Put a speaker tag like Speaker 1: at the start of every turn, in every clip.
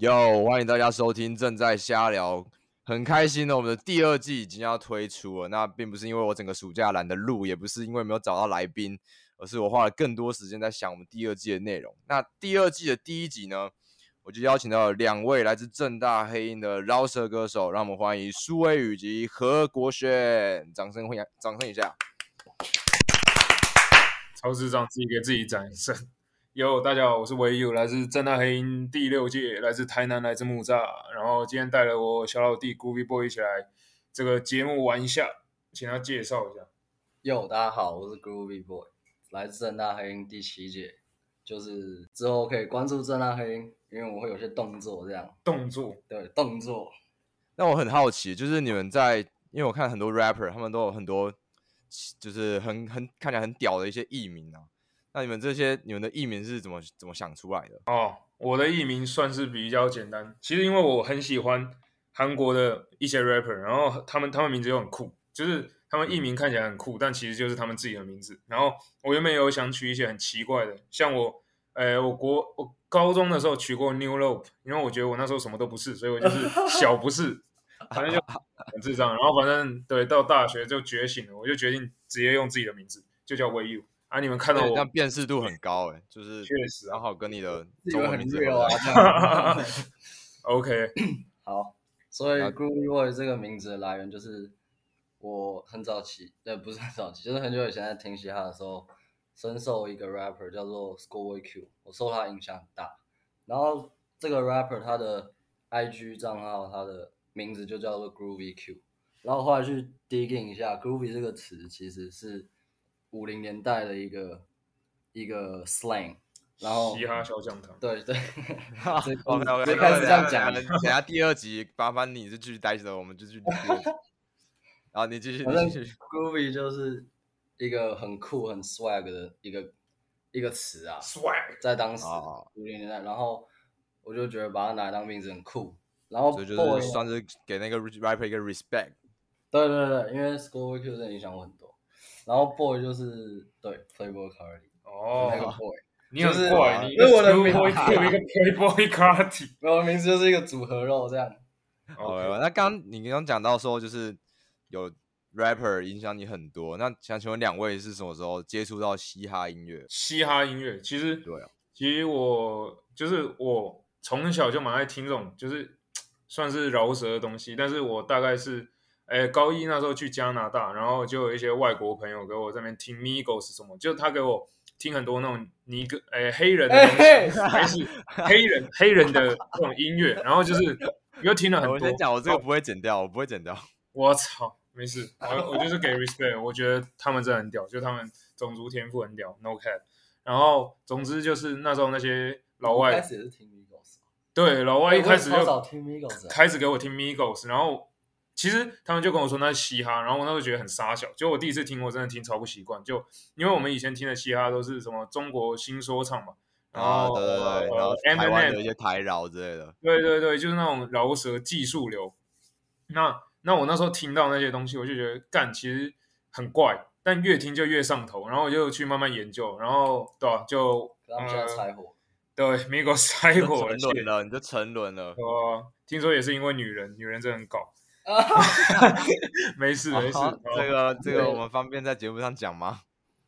Speaker 1: 哟，欢迎大家收听正在瞎聊，很开心的，我们的第二季已经要推出了。那并不是因为我整个暑假懒得录，也不是因为没有找到来宾，而是我花了更多时间在想我们第二季的内容。那第二季的第一集呢，我就邀请到了两位来自正大黑鹰的饶舌歌手，让我们欢迎苏威宇及何国轩，掌声欢迎，掌声一下。
Speaker 2: 超市长自己给自己掌声。哟，大家好，我是维 U，来自正大黑鹰第六届，来自台南，来自木栅。然后今天带了我小老弟 Groovy Boy 一起来这个节目玩一下，请他介绍一下。
Speaker 3: 哟，大家好，我是 Groovy Boy，来自正大黑鹰第七届，就是之后可以关注正大黑鹰，因为我会有些动作这样，
Speaker 2: 动作
Speaker 3: 对动作，
Speaker 1: 那我很好奇，就是你们在，因为我看很多 rapper，他们都有很多，就是很很看起来很屌的一些艺名啊。那你们这些你们的艺名是怎么怎么想出来的？
Speaker 2: 哦，我的艺名算是比较简单。其实因为我很喜欢韩国的一些 rapper，然后他们他们名字又很酷，就是他们艺名看起来很酷，但其实就是他们自己的名字。然后我原本有想取一些很奇怪的，像我，呃，我国我高中的时候取过 New Rope，因为我觉得我那时候什么都不是，所以我就是小不是，反正就很智障。然后反正对，到大学就觉醒了，我就决定直接用自己的名字，就叫 Wu。啊，你们看到
Speaker 1: 对
Speaker 2: 我
Speaker 1: 那辨识度很高哎、就是
Speaker 2: 确实啊
Speaker 1: 刚好跟你的
Speaker 3: 自己
Speaker 1: 中
Speaker 3: 会
Speaker 1: 文
Speaker 3: 很
Speaker 1: 名字
Speaker 3: real 啊
Speaker 1: 合在一起
Speaker 3: 这样。
Speaker 2: OK，
Speaker 3: 好，所以
Speaker 1: 了解
Speaker 3: Groovy Boy 这个名字的来源就是我很早期，呃，不是很早期，就是很久以前在听嘻哈的时候，深受一个 rapper 叫做 Schoolboy Q，我受他影响很大。然后这个 rapper 他的 IG 账号，他的名字就叫做 Groovy Q。然后后来去 digging 一下，groovy 这个词其实是五零年代的一个一个 slang，然后
Speaker 2: 嘻哈小讲堂，
Speaker 3: 对 对，直接
Speaker 1: OK OK，
Speaker 3: 直接开始这样讲了
Speaker 1: 等。一下第二集，麻烦你是继续待着，我们就去。然后你继续，
Speaker 3: 反
Speaker 1: 你
Speaker 3: 正
Speaker 1: 继续。
Speaker 3: groovy 就是一个很酷、很 swag 的一个一个词啊，
Speaker 2: swag，
Speaker 3: 在当时
Speaker 1: 哦
Speaker 3: 五零年代，然后我就觉得把它拿来当名字很酷。然后
Speaker 1: 所
Speaker 3: boy，
Speaker 1: 以就是算是给那个 rapper 一个 respect。
Speaker 3: 对对对，因为 School Q 真的影响我很多。然后 boy 就是对 Playboy Cardi 那个
Speaker 2: 哦，
Speaker 3: boy，
Speaker 2: 你很
Speaker 1: 就
Speaker 2: 怪，
Speaker 1: 是
Speaker 2: 你一个
Speaker 3: 因为我的
Speaker 2: schoolboy
Speaker 3: 名
Speaker 2: Q，
Speaker 3: 牌
Speaker 2: 一个 playboy carty。
Speaker 3: 然后名字就是一个组合肉这样。
Speaker 1: 好了，那刚你刚刚讲到说就是有 rapper 影响你很多，那想请问两位是什么时候接触到嘻哈音乐？
Speaker 2: 嘻哈音乐，其实
Speaker 1: 对啊，
Speaker 2: 其实我就是我从小就蛮爱听这种，就是算是饶舌的东西。但是我大概是，哎，高一那时候去加拿大，然后就有一些外国朋友给我这边听 Migos 什么，就他给我听很多那种尼哥，哎，黑人的东
Speaker 3: 哎
Speaker 2: 西，还是黑人黑人的这种音乐，然后就是又听了很
Speaker 1: 我
Speaker 2: 多哦
Speaker 1: 先。讲，我这个不会剪掉，我不会剪掉。
Speaker 2: 我操，没事，我我就是给 respect，我觉得他们真的很屌，就他们种族天赋很屌，no cap。然后总之就是那时候那些老
Speaker 3: 我
Speaker 2: 外
Speaker 3: 开，始也是听 Migos，
Speaker 2: 对老外一开始
Speaker 3: 我也超早
Speaker 2: 就
Speaker 3: 听 Migos，的
Speaker 2: 开始给我听 Migos，然后其实他们就跟我说那是嘻哈，然后我那时候觉得很沙小，就我第一次听我真的听超不习惯，就因为我们以前听的嘻哈都是什么中国新说唱嘛，然
Speaker 1: 啊，
Speaker 2: 后
Speaker 1: 对对对，然后
Speaker 2: 呃
Speaker 1: 台湾的
Speaker 2: Eminem
Speaker 1: 一些台饶之类的。
Speaker 2: 对对对，就是那种饶舌技术流。那那我那时候听到那些东西，我就觉得干其实很怪，但越听就越上头，然后我就去慢慢研究，然后对吧、就
Speaker 3: 他们现在
Speaker 2: 呃、
Speaker 3: 拆伙。
Speaker 2: 对 美国塞
Speaker 1: 就
Speaker 2: 火
Speaker 1: 沉沦了，你就沉沦了。
Speaker 2: 呃，听说也是因为女人，女人真的很搞，没事没事，
Speaker 1: 好
Speaker 2: 然后
Speaker 1: 啊这个这个
Speaker 3: 对
Speaker 1: 我们方便在节目上讲吗？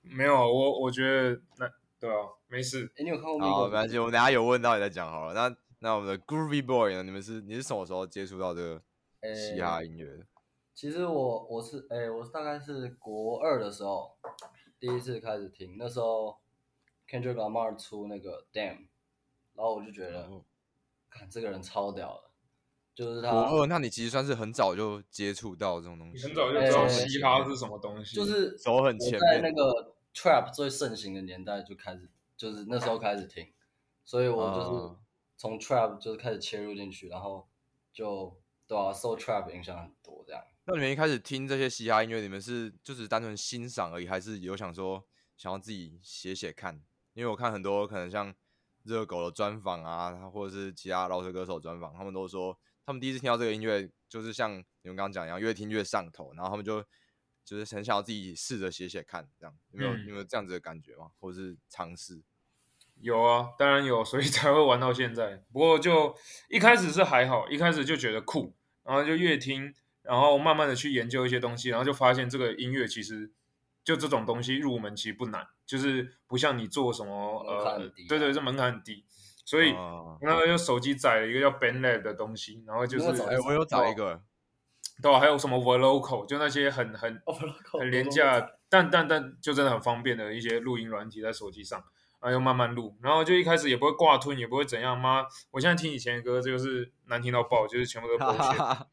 Speaker 2: 没有啊我我觉得那对啊，没事，
Speaker 3: 哎，你有看过
Speaker 1: 好，没
Speaker 3: Migos？
Speaker 1: 关系，我们等下有问到也再讲好了。那那我们的 Groovy Boy 呢？你们是你是什么时候接触到这个
Speaker 2: 呃
Speaker 3: 诶
Speaker 1: 嘻哈音乐的？
Speaker 3: 其实我我是哎、我大概是国二的时候第一次开始听，那时候 Kendrick Lamar 出那个 Damn，然后我就觉得，
Speaker 1: 哦
Speaker 3: 看这个人超屌的，就是他，
Speaker 1: 国二，那你其实算是很早就接触到这种东
Speaker 2: 你
Speaker 1: 西，
Speaker 2: 很早就知道
Speaker 3: 哎
Speaker 2: 嘻哈是什么东西，
Speaker 3: 就是
Speaker 1: 走很
Speaker 3: 我
Speaker 1: 前
Speaker 3: 在那
Speaker 1: 面。
Speaker 3: 个 Trap 最盛行的年代就开始，就是那时候开始听，所以我就是
Speaker 1: 嗯
Speaker 3: 从 Trap 就是开始切入进去，然后就对啊，受 Trap 影响很多这样。
Speaker 1: 那你们一开始听这些嘻哈音乐，你们是就只是单纯欣赏而已，还是有想说想要自己写写看？因为我看很多可能像热狗的专访啊，或者是其他饶舌歌手专访，他们都说他们第一次听到这个音乐，就是像你们刚刚讲一样，越听越上头，然后他们就就是很想要自己试着写写看，这样有没有、
Speaker 2: 嗯
Speaker 1: 有没有这样子的感觉吗？或者是尝试？
Speaker 2: 有啊，当然有，所以 才会玩到现在。不过就一开始是还好，一开始就觉得酷，然后就越听，然后慢慢的去研究一些东西，然后就发现这个音乐其实就这种东西入门其实不难，就是不像你做什么
Speaker 3: 门槛
Speaker 2: 呃
Speaker 3: 很低，啊哦
Speaker 2: 对对，这门槛很低。所以
Speaker 1: 啊
Speaker 2: 那个就手机载了一个叫 BandLab 的东西，然后就是
Speaker 3: 如果早
Speaker 1: 哎、
Speaker 3: 就
Speaker 1: 我有找一个，
Speaker 2: 对、啊，还有什么 Veloco，就那些很很
Speaker 3: 哦， 我
Speaker 2: 很廉价，但但但就真的很方便的一些录音软体在手机上，然后又慢慢录，然后就一开始也不会挂吞，也不会怎样。妈，我现在听以前的歌就是难听到爆，就是全部都
Speaker 1: 哈哈
Speaker 2: 剥削，
Speaker 1: 哈，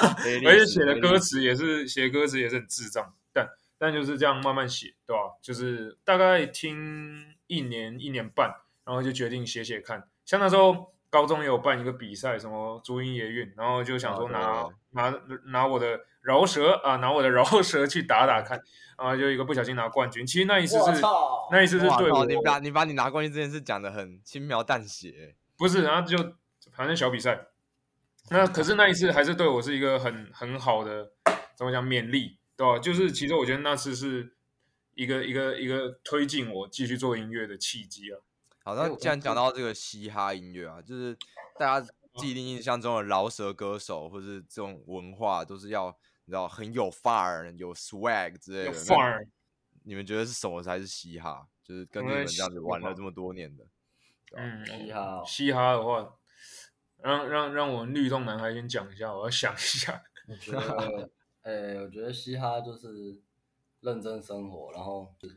Speaker 2: 而
Speaker 1: 而
Speaker 2: 且写的歌词也是写歌词也是很智障，但但就是这样慢慢写，对吧、就是大概听一年一年半，然后就决定写写看。像那时候高中也有办一个比赛，什么竹音野韵，然后就想说
Speaker 1: 啊
Speaker 2: 拿、
Speaker 1: 对
Speaker 2: 拿拿我的饶舌啊，拿我的饶舌去打打看，然后就一个不小心拿冠军。其实那一次
Speaker 3: 我
Speaker 2: 是
Speaker 3: 操，
Speaker 2: 那一次是
Speaker 1: 哇
Speaker 2: 对
Speaker 1: 靠
Speaker 2: 我
Speaker 1: 你把你把你拿冠军这件事讲的很轻描淡写、
Speaker 2: 不是，然后就反正小比赛。那可是那一次还是对我是一个很很好的怎么讲勉励，对吧？就是其实我觉得那次是一个一个一个推进我继续做音乐的契机啊。
Speaker 1: 好，
Speaker 3: 哎
Speaker 1: 那
Speaker 3: 我
Speaker 1: 既然讲到这个嘻哈音乐啊，就是大
Speaker 2: 嗯
Speaker 1: 家既定印象中的饶舌歌手或是这种文化，都是要你知道很有范儿、有 swag 之类
Speaker 2: 有
Speaker 1: 的。
Speaker 2: 范
Speaker 1: 那
Speaker 2: 儿，
Speaker 1: 你们觉得是什么才是嘻哈？就是跟你
Speaker 2: 因为
Speaker 1: 们这样子
Speaker 2: 嘻
Speaker 1: 玩了
Speaker 2: 哈
Speaker 1: 这么多年的，
Speaker 2: 嗯，
Speaker 3: 嘻哈哦，
Speaker 2: 嘻哈的话，让让让我们律动男孩先讲一下，我要想一下。
Speaker 3: 我觉 得，呃，我觉得嘻哈就是认真生活，然后就是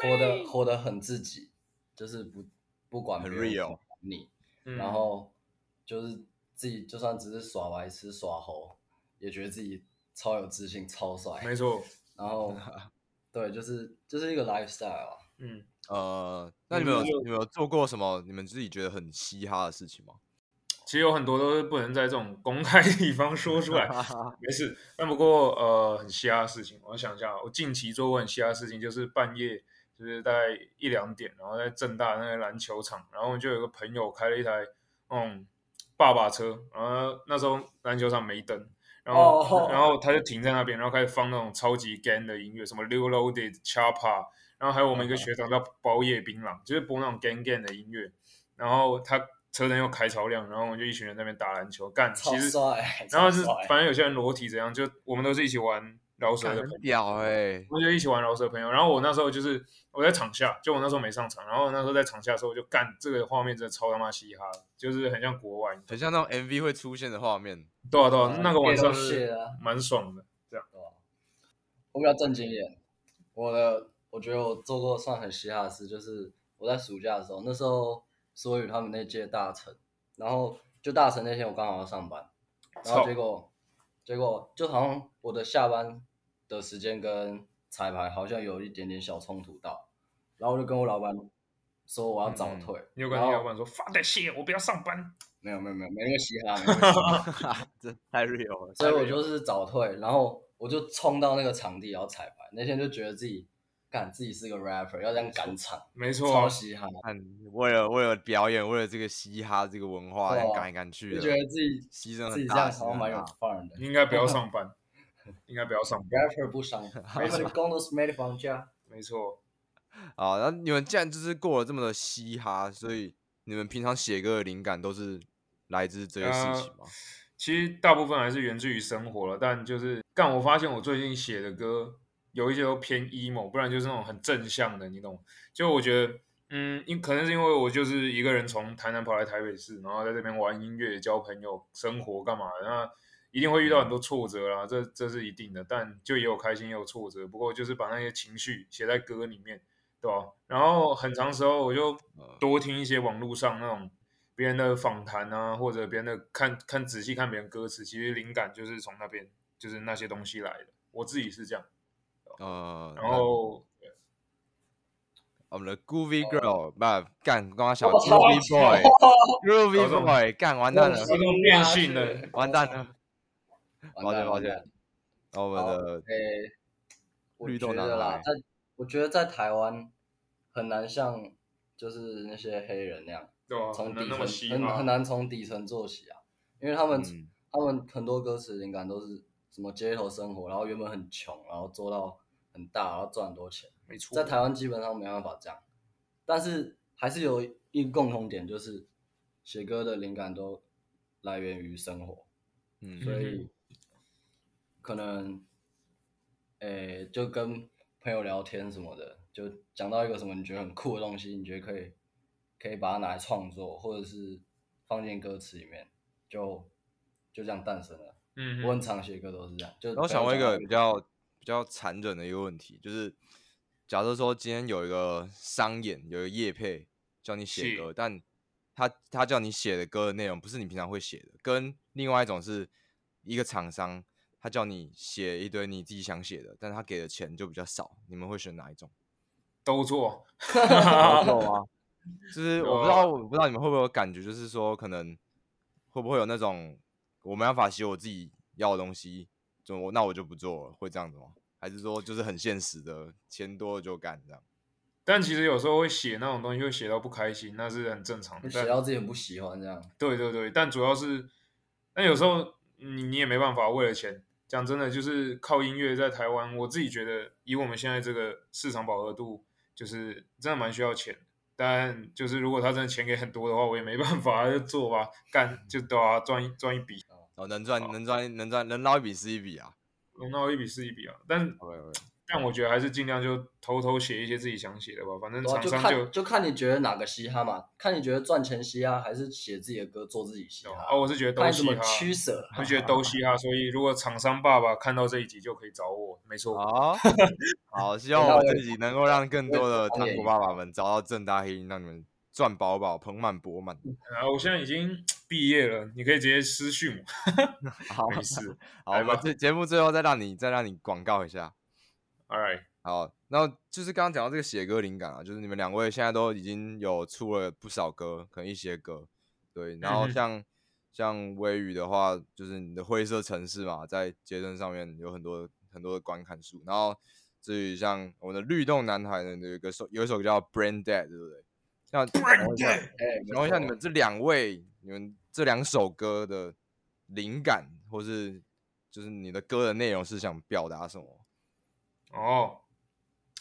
Speaker 3: 活得活得很自己，就是不不管
Speaker 1: 很
Speaker 3: 别人
Speaker 1: real
Speaker 3: 怎么看你，
Speaker 2: 嗯
Speaker 3: 然后就是自己就算只是耍白痴耍猴，也觉得自己超有自信、超帅。
Speaker 2: 没错，
Speaker 3: 然后对，就是就是一个 lifestyle 啊。
Speaker 2: 嗯，
Speaker 1: 呃，那你
Speaker 2: 嗯
Speaker 1: 们有
Speaker 2: 就
Speaker 1: 你们有做过什么你们自己觉得很嘻哈的事情吗？
Speaker 2: 其实有很多都是不能在这种公开的地方说出来，没事。那不过呃，很嘻哈的事情，我想一下，我近期做过很嘻哈的事情，就是半夜就是大概一两点，然后在正大那个篮球场，然后就有个朋友开了一台嗯爸爸车，然后那时候篮球场没灯。然后
Speaker 3: 哦
Speaker 2: 然后他就停在那边，然后开始放那种超级 gang 的音乐，什么 Lil Loaded、Chapa，然后还有我们一个学长叫包夜槟榔，就是播那种 gang gang 的音乐。然后他车灯又开超亮，然后我们就一群人在那边打篮球，干，
Speaker 3: 超
Speaker 2: 其实
Speaker 3: 帅，
Speaker 2: 然后
Speaker 3: 超
Speaker 2: 是
Speaker 3: 帅
Speaker 2: 反正有些人裸体怎样，就我们都是一起玩饶舌
Speaker 1: 干
Speaker 2: 的
Speaker 1: 很
Speaker 2: 朋友，
Speaker 1: 屌哎、
Speaker 3: 欸
Speaker 2: 我们就一起玩饶舌的朋友。然后我那时候就是我在场下，就我那时候没上场，然后那时候在场下的时候我就干这个画面真的超他妈嘻哈的，就是很像国外，
Speaker 1: 很像那种 MV 会出现的画 面。
Speaker 2: 对啊对啊
Speaker 3: 啊，
Speaker 2: 那个晚上
Speaker 3: get those
Speaker 2: 是
Speaker 3: shit 啊
Speaker 2: 蛮爽的。
Speaker 3: 我比较正经一点，我的我觉得我做过算很嘻哈的事，就是我在暑假的时候，那时候苏有宇他们那届大成，然后就大成那天我刚好要上班，然后
Speaker 2: 操
Speaker 3: 结果结果就好像我的下班的时间跟彩排好像有一点点小冲突到，然后我就跟我老板说我要早
Speaker 1: 嗯
Speaker 3: 退，
Speaker 2: 你有跟
Speaker 3: 然
Speaker 2: 你
Speaker 3: 后
Speaker 2: 老板说 fuck that shit，我不要上班。
Speaker 3: 没有没有没有没那个嘻哈， 没那个嘻哈
Speaker 1: 这太 real 了，
Speaker 3: 所以我就是早退，然后我就冲到那个场地然后彩排。那天就觉得自己干自己是个 rapper，要这样赶场，
Speaker 2: 没错啊
Speaker 3: 超，嘻哈，
Speaker 1: 看为了为了表演，为了这个嘻哈这个文化，
Speaker 3: 对啊
Speaker 1: 赶来赶去
Speaker 3: 就
Speaker 1: 的，
Speaker 3: 觉得自己
Speaker 1: 牺牲
Speaker 3: 自己
Speaker 1: 很
Speaker 3: 这
Speaker 1: 大，
Speaker 3: 样
Speaker 1: 牺
Speaker 3: 好
Speaker 1: 牲
Speaker 3: 像蛮
Speaker 1: 很大。
Speaker 3: 有 fun 的。
Speaker 2: 你应该不要上班，应该不要上班。
Speaker 3: rapper 不伤，他们的工都是 made from 家。
Speaker 2: 没错，
Speaker 1: 啊，然后你们既然就是过了这么的嘻哈，所以你们平常写歌的灵感都是来自这些事
Speaker 2: 嗯
Speaker 1: 情吗？
Speaker 2: 其实大部分还是源自于生活了，但就是干，我发现我最近写的歌有一些都偏 emo，不然就是那种很正向的，你懂？就我觉得，嗯，因可能是因为我就是一个人从台南跑来台北市，然后在这边玩音乐、交朋友、生活干嘛的，那一定会遇到
Speaker 1: 嗯
Speaker 2: 很多挫折啦，这这是一定的，但就也有开心也有挫折，不过就是把那些情绪写在歌里面，对吧、然后很长时候我就
Speaker 1: 嗯
Speaker 2: 多听一些网络上那种别人的访谈啊，或者别人的看看仔细看别人歌词，其实灵感就是从那边就是那些东西来的。我自己是这样，
Speaker 1: 呃，
Speaker 2: 然后
Speaker 1: 我们的 Groovy Girl 不干，刚刚小
Speaker 3: 我操
Speaker 1: Groovy Boy，Groovy
Speaker 2: 搞这种
Speaker 1: Boy 干完蛋了
Speaker 3: 嗯
Speaker 2: 这，种变性的
Speaker 1: 完蛋了，抱
Speaker 3: 完
Speaker 1: 歉
Speaker 3: 蛋了
Speaker 1: 抱
Speaker 3: 完
Speaker 1: 歉
Speaker 3: 蛋了。。哦
Speaker 1: 然后我们的
Speaker 3: 诶，我
Speaker 1: 绿豆
Speaker 3: 觉
Speaker 1: 男
Speaker 3: 得啦
Speaker 1: 孩，
Speaker 3: 在我觉得在台湾很难像就是那些黑人那样，
Speaker 2: 对吧、
Speaker 3: 从
Speaker 2: 能
Speaker 3: 底
Speaker 2: 哦那
Speaker 3: 层
Speaker 2: 么稀
Speaker 3: 很很
Speaker 2: 吗？
Speaker 3: 难从底层做起啊，因为他们、
Speaker 1: 嗯
Speaker 3: 他们很多歌词灵感都是什么街头生活，然后原本很穷，然后做到很大，然后赚很多钱，
Speaker 2: 没错，
Speaker 3: 在台湾基本上没办法这样，但是还是有一个共同点，就是写歌的灵感都来源于生活，
Speaker 1: 嗯
Speaker 3: 所以可能，诶、就跟朋友聊天什么的，就讲到一个什么你觉得很酷的东西，你觉得可以可以把它拿来创作，或者是放进歌词里面，就就这样诞生了。
Speaker 2: 嗯
Speaker 3: 我很
Speaker 2: 哼，
Speaker 3: 常写歌都是这样，就
Speaker 1: 然后想问一
Speaker 3: 朋
Speaker 1: 个
Speaker 3: 友
Speaker 1: 比
Speaker 3: 讲
Speaker 1: 较比较残忍的一个问题，就是假设说今天有一个商演，有一个业配叫你写
Speaker 2: 是
Speaker 1: 歌，但他他叫你写的歌的内容不是你平常会写的，跟另外一种是一个厂商他叫你写一堆你自己想写的，但他给的钱就比较少，你们会选哪一种？
Speaker 2: 都 做，
Speaker 1: 有啊， 就是我不知道，我不知道你们会不会有感觉，就是说可能会不会有那种我没办法写我自己要的东西，就我那我就不做了，会这样子吗？还是说就是很现实的，钱多了就干这样？
Speaker 2: 但其实有时候会写那种东西，会写到不开心，那是很正常的
Speaker 3: 就。写
Speaker 2: 但
Speaker 3: 到自己很不喜欢这样，
Speaker 2: 对对对，但主要是，但有时候你你也没办法为了钱，讲真的，就是靠音乐在台湾，我自己觉得以我们现在这个市场饱和度，就是真的蛮需要钱。但就是如果他真的钱给很多的话，我也没办法，就做吧，干就对啊，赚一赚一笔，
Speaker 1: 哦，能赚能赚能赚能捞一笔是一笔啊。
Speaker 2: 能到一笔是一笔啊。但
Speaker 1: 好嘞好嘞
Speaker 2: 但我觉得还是尽量就偷偷写一些自己想写的吧，反正嗯
Speaker 3: 对啊
Speaker 2: 厂
Speaker 3: 就
Speaker 2: 商
Speaker 3: 看就看你觉得哪个嘻哈嘛，看你觉得赚钱嘻哈还是写自己的歌做自己嘻
Speaker 2: 哦
Speaker 3: 哈，
Speaker 2: 啊，我是觉得都
Speaker 3: 看你怎
Speaker 2: 嘻
Speaker 3: 么
Speaker 2: 哈，
Speaker 3: 取舍。
Speaker 2: 我觉得都嘻哈，所以如果厂商爸爸看到这一集就可以找我，没 错。
Speaker 1: 好，好，希望
Speaker 3: 那
Speaker 1: 我
Speaker 3: 我也
Speaker 1: 自己能够让更多的
Speaker 3: 我也
Speaker 1: 糖果爸爸们找到正大黑鹰，让你们赚饱饱、盆满钵满。
Speaker 2: 然后我现在已经毕业了，你可以直接私讯我，
Speaker 1: 好，
Speaker 2: 没事。
Speaker 1: 好，我
Speaker 2: 来
Speaker 1: 们
Speaker 2: 吧
Speaker 1: 这节目最后再让你再让你广告一下。
Speaker 2: All right，
Speaker 1: 好，然后就是刚刚讲到这个写歌灵感啊，就是你们两位现在都已经有出了不少歌，可能一些歌，对。然后
Speaker 2: 嗯哼
Speaker 1: 像、像微雨的话，就是你的灰色城市嘛，在街灯上面有很多很多的观看数。然后至于像我们的律动男孩呢，有一个首有一首歌叫《Brain Dead》，对不对？那想问一下
Speaker 3: 哎，没
Speaker 1: 想问一下你
Speaker 3: 错
Speaker 1: 们这两位，你们这两首歌的灵感，或是就是你的歌的内容是想表达什么？
Speaker 2: 哦，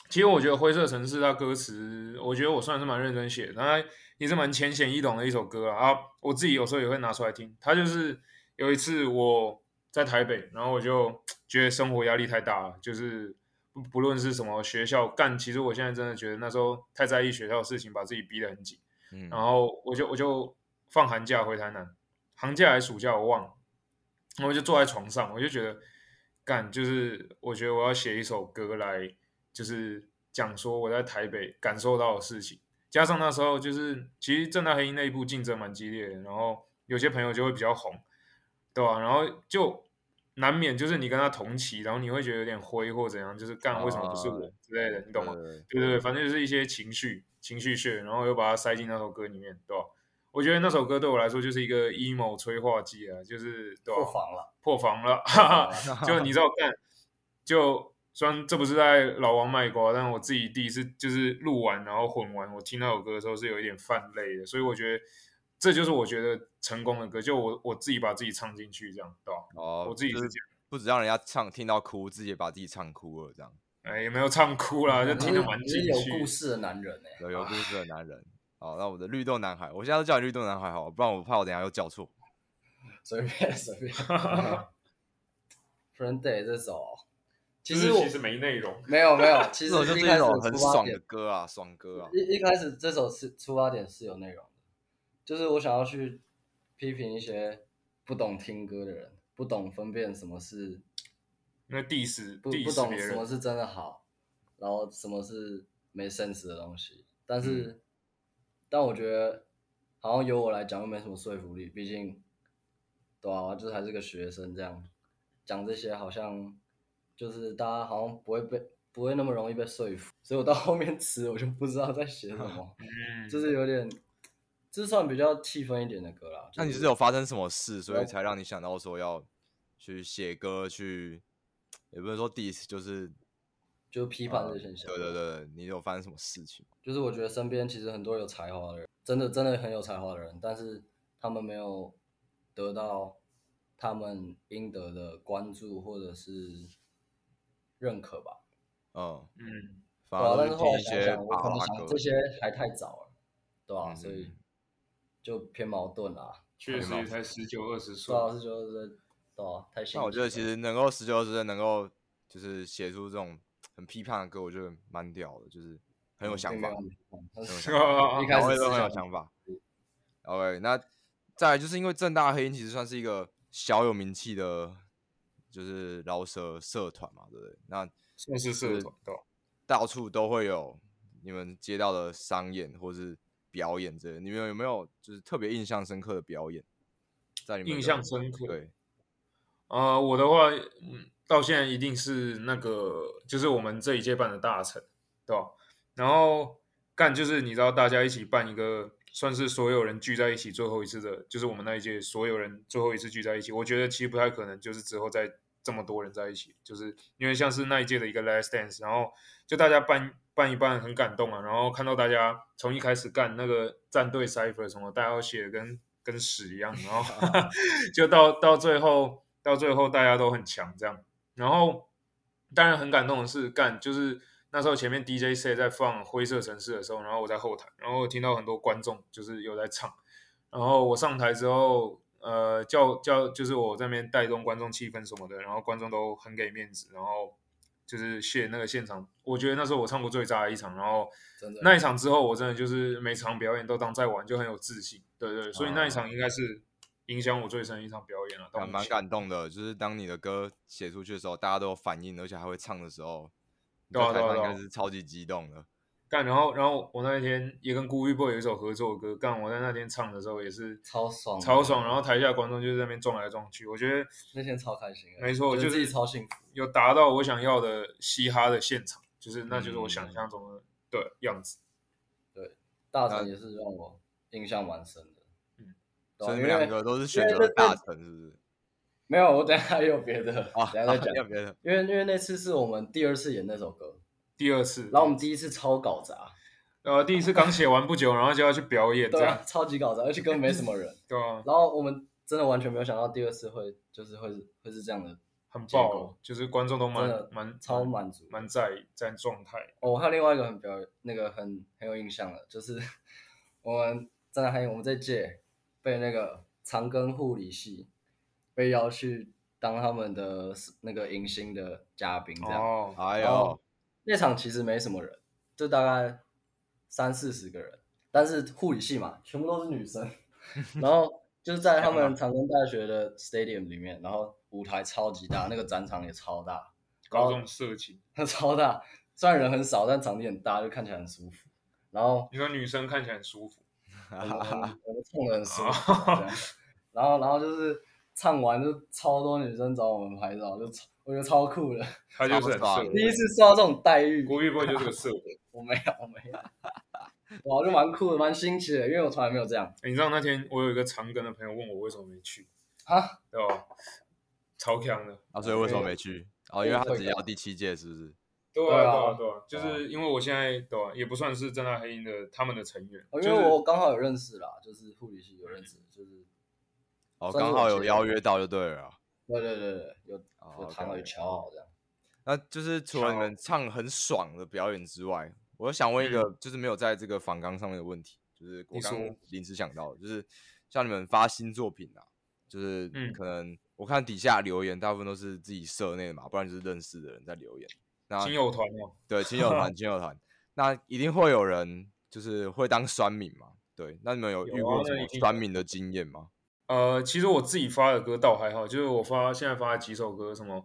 Speaker 2: 其实我觉得《灰色城市》它歌词，我觉得我算是蛮认真写的，它也是蛮浅显易懂的一首歌啊。啊，我自己有时候也会拿出来听。它就是有一次我在台北，然后我就觉得生活压力太大了，就是不不论是什么学校干，其实我现在真的觉得那时候太在意学校的事情，把自己逼得很紧。
Speaker 1: 嗯
Speaker 2: 然后我就我就放寒假回台南，寒假还是暑假我忘了，然后我就坐在床上，我就觉得干就是我觉得我要写一首歌来，就是讲说我在台北感受到的事情，加上那时候就是其实正大黑鹰内部竞争蛮激烈的，然后有些朋友就会比较红，对吧、然后就。难免就是你跟他同期，然后你会觉得有点灰或怎样，就是干为什么不是
Speaker 1: 啊
Speaker 2: 我之类的，你懂吗？
Speaker 1: 对对对
Speaker 2: 对对对，反正就是一些情绪情绪屑，然后又把它塞进那首歌里面，对吧？我觉得那首歌对我来说就是一个 emo 催化剂啊，就是对吧？
Speaker 3: 破防了，
Speaker 2: 破防了，
Speaker 3: 破
Speaker 2: 哈
Speaker 3: 防
Speaker 2: 哈。
Speaker 3: 了
Speaker 2: 就你知道干，就虽然这不是在老王卖瓜，但我自己第一次就是录完然后混完，我听那首歌的时候是有一点泛泪的，所以我觉得这就是我觉得成功的歌，就我我自己把自己唱进去，这样对吧？
Speaker 1: 哦，
Speaker 2: 我自己
Speaker 1: 就是是
Speaker 2: 这
Speaker 1: 不止让人家唱听到哭，自己也把自己唱哭了，这样
Speaker 2: 哎，也没有唱哭啦，就听得蛮
Speaker 3: 你
Speaker 2: 进
Speaker 3: 是
Speaker 2: 去。
Speaker 3: 有故事的男人哎、
Speaker 1: 有有故事的男人。好，那我的绿豆男孩，我现在都叫你绿豆男孩好了，不然我怕我等一下又叫错。
Speaker 3: 随便随便。Friend Day 这首哦，其
Speaker 2: 就是
Speaker 3: 实我
Speaker 2: 其实没内容，
Speaker 3: 没有没有，
Speaker 1: 这
Speaker 3: 其实
Speaker 1: 首就是
Speaker 3: 一
Speaker 1: 一
Speaker 3: 开始
Speaker 1: 首
Speaker 3: 的
Speaker 1: 很
Speaker 3: 出发
Speaker 1: 爽
Speaker 3: 点
Speaker 1: 的歌啊，爽歌啊。
Speaker 3: 一一开始这首是出发点是有内容的，就是我想要去批评一些不懂听歌的人，不懂分辨什么是
Speaker 2: 那 diss
Speaker 3: 不
Speaker 2: diss
Speaker 3: 不懂
Speaker 2: 别
Speaker 3: 什
Speaker 2: 人
Speaker 3: 么是真的好，然后什么是没 sense 的东西。但是，
Speaker 2: 嗯
Speaker 3: 但我觉得好像由我来讲又没什么说服力，毕竟，对啊，就是还是个学生，这样讲这些好像就是大家好像不会被不会那么容易被说服，所以我到后面词我就不知道在写什么，
Speaker 2: 嗯，
Speaker 3: 就是有点，这算比较气氛一点的歌啦。
Speaker 1: 那你
Speaker 3: 就是
Speaker 1: 有发生什么事，所以
Speaker 3: 我
Speaker 1: 才让你想到说要去写歌，去也不是说 diss，就是
Speaker 3: 就批判这个现象？
Speaker 1: 对对对，对你有发生什么事情？
Speaker 3: 就是我觉得身边其实很多有才华的人，真的真的很有才华的人，但是他们没有得到他们应得的关注或者是认可吧。
Speaker 1: 嗯，
Speaker 2: 嗯，
Speaker 1: 反
Speaker 3: 对啊
Speaker 1: 而
Speaker 3: 但
Speaker 1: 就是是
Speaker 3: 后
Speaker 1: 听
Speaker 3: 来
Speaker 1: 一
Speaker 3: 想
Speaker 1: 些
Speaker 3: 想，我
Speaker 1: 巴
Speaker 3: 可能
Speaker 1: 拉
Speaker 3: 想
Speaker 1: 歌
Speaker 3: 这。些还太早了，对吧、
Speaker 1: 嗯
Speaker 3: 所以就偏矛盾啦。
Speaker 2: 确
Speaker 1: 太
Speaker 2: 实
Speaker 1: 忙
Speaker 2: 也才十九二十岁
Speaker 3: 对，啊，是就是对啊，太辛
Speaker 1: 但
Speaker 3: 苦了。
Speaker 1: 我觉得其实能够十九岁能够就是写出这种很批判的歌，我觉得蛮屌的，就是很有
Speaker 3: 嗯
Speaker 1: 想法，很有
Speaker 3: 但 是
Speaker 2: 哦
Speaker 1: 想法，
Speaker 3: 一开
Speaker 1: 两位
Speaker 3: 始
Speaker 1: 都很有
Speaker 3: 思
Speaker 1: 想法。OK，那再来就是因为正大黑鹰其实算是一个小有名气的，就是饶舌社团嘛，对不对？那
Speaker 2: 算是社团对吧？
Speaker 1: 到处都会有你们接到的商演或是表演之类的，你们有没有就是特别印象深刻的表演？在你们的
Speaker 2: 印象深刻。
Speaker 1: 对，
Speaker 2: 呃，我的话，嗯，到现在一定是那个，就是我们这一届办的大成，对吧？然后干就是你知道，大家一起办一个，算是所有人聚在一起最后一次的，就是我们那一届所有人最后一次聚在一起。我觉得其实不太可能，就是之后再这么多人在一起，就是因为像是那一届的一个 last dance，然后就大家办办一办，很感动啊。然后看到大家从一开始干那个战队 cipher 什么，大家都写的跟跟屎一样，然后就到到最后，到最后大家都很强这样。然后当然很感动的是，干就是那时候前面 DJ C 在放《灰色城市》的时候，然后我在后台，然后我听到很多观众就是有在唱。然后我上台之后，呃，叫叫就是我这边带动观众气氛什么的，然后观众都很给面子，然后就是谢那个现场，我觉得那时候我唱过最炸的一场，然后
Speaker 3: 真的
Speaker 2: 那一场之后，我真的就是每场表演都当在玩，就很有自信，对对，所以
Speaker 3: 啊
Speaker 2: 那一场应该是影响我最深的一场表演了，到
Speaker 1: 感
Speaker 2: 目
Speaker 1: 蛮
Speaker 2: 前
Speaker 1: 感动的，就是当你的歌写出去的时候，大家都有反应，而且还会唱的时候，你
Speaker 2: 对啊
Speaker 1: 在台
Speaker 2: 对啊
Speaker 1: 上应
Speaker 2: 对啊
Speaker 1: 该是超级激动的。
Speaker 2: 干，然后然后我那天也跟孤 o o Boy 有一首合作的歌，干我在那天唱的时候也是
Speaker 3: 超爽的
Speaker 2: 超爽，然后台下观众就在那边撞来撞去，我觉得
Speaker 3: 那天超开心的，
Speaker 2: 没错
Speaker 3: 觉得
Speaker 2: 就是
Speaker 3: 自己超幸福。
Speaker 2: 有达到我想要的嘻哈的现场，就是那就是我
Speaker 3: 嗯
Speaker 2: 想象中的对样子，
Speaker 3: 大成也是让我印象蛮深的，
Speaker 2: 嗯
Speaker 3: 对啊，
Speaker 1: 所以你们
Speaker 3: 因为
Speaker 1: 两个都是选
Speaker 3: 因为
Speaker 1: 择
Speaker 3: 这
Speaker 1: 大成，是不是？
Speaker 3: 没有，我等一下有别的，
Speaker 1: 啊，
Speaker 3: 等一 下再讲。
Speaker 1: 要别的
Speaker 3: 因为因为那次是我们第二次演那首歌，
Speaker 2: 第二次，
Speaker 3: 然后我们第一次超搞砸，
Speaker 2: 呃第一次刚写完不久，然后就要去表演这
Speaker 3: 啊 对啊
Speaker 2: 样，，
Speaker 3: 超级搞砸，而且根本没什么人。
Speaker 2: 对啊，
Speaker 3: 然后我们真的完全没有想到第二次会就是会会是这样的，
Speaker 2: 很
Speaker 3: 结
Speaker 2: 爆哦
Speaker 3: 果，
Speaker 2: 就是观众都
Speaker 3: 真
Speaker 2: 蛮
Speaker 3: 的
Speaker 2: 蛮
Speaker 3: 超满足。
Speaker 2: 蛮在在状态，
Speaker 3: 哦，还有另外一个很表那个很很有印象的，就是 我们真的还有我们这届被那个长庚护理系被邀去当他们的那个迎新的嘉宾，这样。
Speaker 2: 哦，
Speaker 1: 哎
Speaker 3: 然
Speaker 1: 呦
Speaker 3: 后，那场其实没什么人，就大概三四十个人，但是护理系嘛，全部都是女生。 然后就是在他们长庚大学的 stadium 里面，然后舞台超级大，那个展场也超大，
Speaker 2: 高中色情，
Speaker 3: 超大。虽然人很少，但场地很大，就看起来很舒服。然后
Speaker 2: 你说女生看起来很舒服，
Speaker 3: 我们我们唱的很舒服，
Speaker 2: 哦
Speaker 3: 这样然后然后就是唱完就超多女生找我们拍照，就超我觉得超酷 的。
Speaker 2: 她就是很
Speaker 1: 超
Speaker 2: 色
Speaker 1: 爽，
Speaker 3: 第一次受到这种待遇，
Speaker 2: 郭玉波就是个色鬼。
Speaker 3: 我没有，我没有。哇，就蛮酷的，蛮新奇的，因为我从来没有这样
Speaker 2: 欸你知道那天我有一个长庚的朋友问我为什么没去，
Speaker 3: 啊。
Speaker 2: 对吧？超强的，
Speaker 1: 啊，所以为什么没去？哦，因为
Speaker 3: 因为
Speaker 1: 他
Speaker 3: 退
Speaker 1: 只要
Speaker 3: 稿
Speaker 1: 第七届，是不是？
Speaker 2: 对
Speaker 3: 对啊
Speaker 2: 对啊，就是因为我现在对吧，也不算是正大黑鹰的他们的成员，
Speaker 3: 哦
Speaker 2: 就
Speaker 3: 因
Speaker 2: 是
Speaker 3: 为我刚好有认识啦，就是护理系有认识，就是
Speaker 1: 哦，
Speaker 3: 算
Speaker 1: 刚
Speaker 3: 是我
Speaker 1: 好有
Speaker 3: 接
Speaker 1: 邀
Speaker 3: 的
Speaker 1: 约到就对了啊。
Speaker 3: 对对对对，有
Speaker 1: 哦
Speaker 3: 有
Speaker 1: OK，
Speaker 3: 堂而
Speaker 1: OK
Speaker 3: 敲好这样。
Speaker 1: 那就是除了你
Speaker 2: 好
Speaker 1: 们唱很爽的表演之外，我想问一个，就是没有在这个访纲上面的问题，就是我
Speaker 2: 嗯你
Speaker 1: 刚
Speaker 2: 说
Speaker 1: 临时想到的，就是像你们发新作品啊，就是
Speaker 2: 嗯
Speaker 1: 可能我看底下留言大部分都是自己社内的嘛，不然就是认识的人在留言。
Speaker 3: 啊
Speaker 1: 那
Speaker 2: 亲友团嘛，
Speaker 1: 对，亲友 团，亲友团，那一定会有人就是会当酸民嘛？对，那你们有
Speaker 2: 有
Speaker 1: 遇
Speaker 2: 啊
Speaker 1: 过
Speaker 2: 那
Speaker 1: 什
Speaker 2: 一
Speaker 1: 么
Speaker 2: 定
Speaker 1: 酸
Speaker 2: 有
Speaker 1: 民的经验吗？
Speaker 2: 呃，其实我自己发的歌倒还好，就是我发现在发的几首歌，什么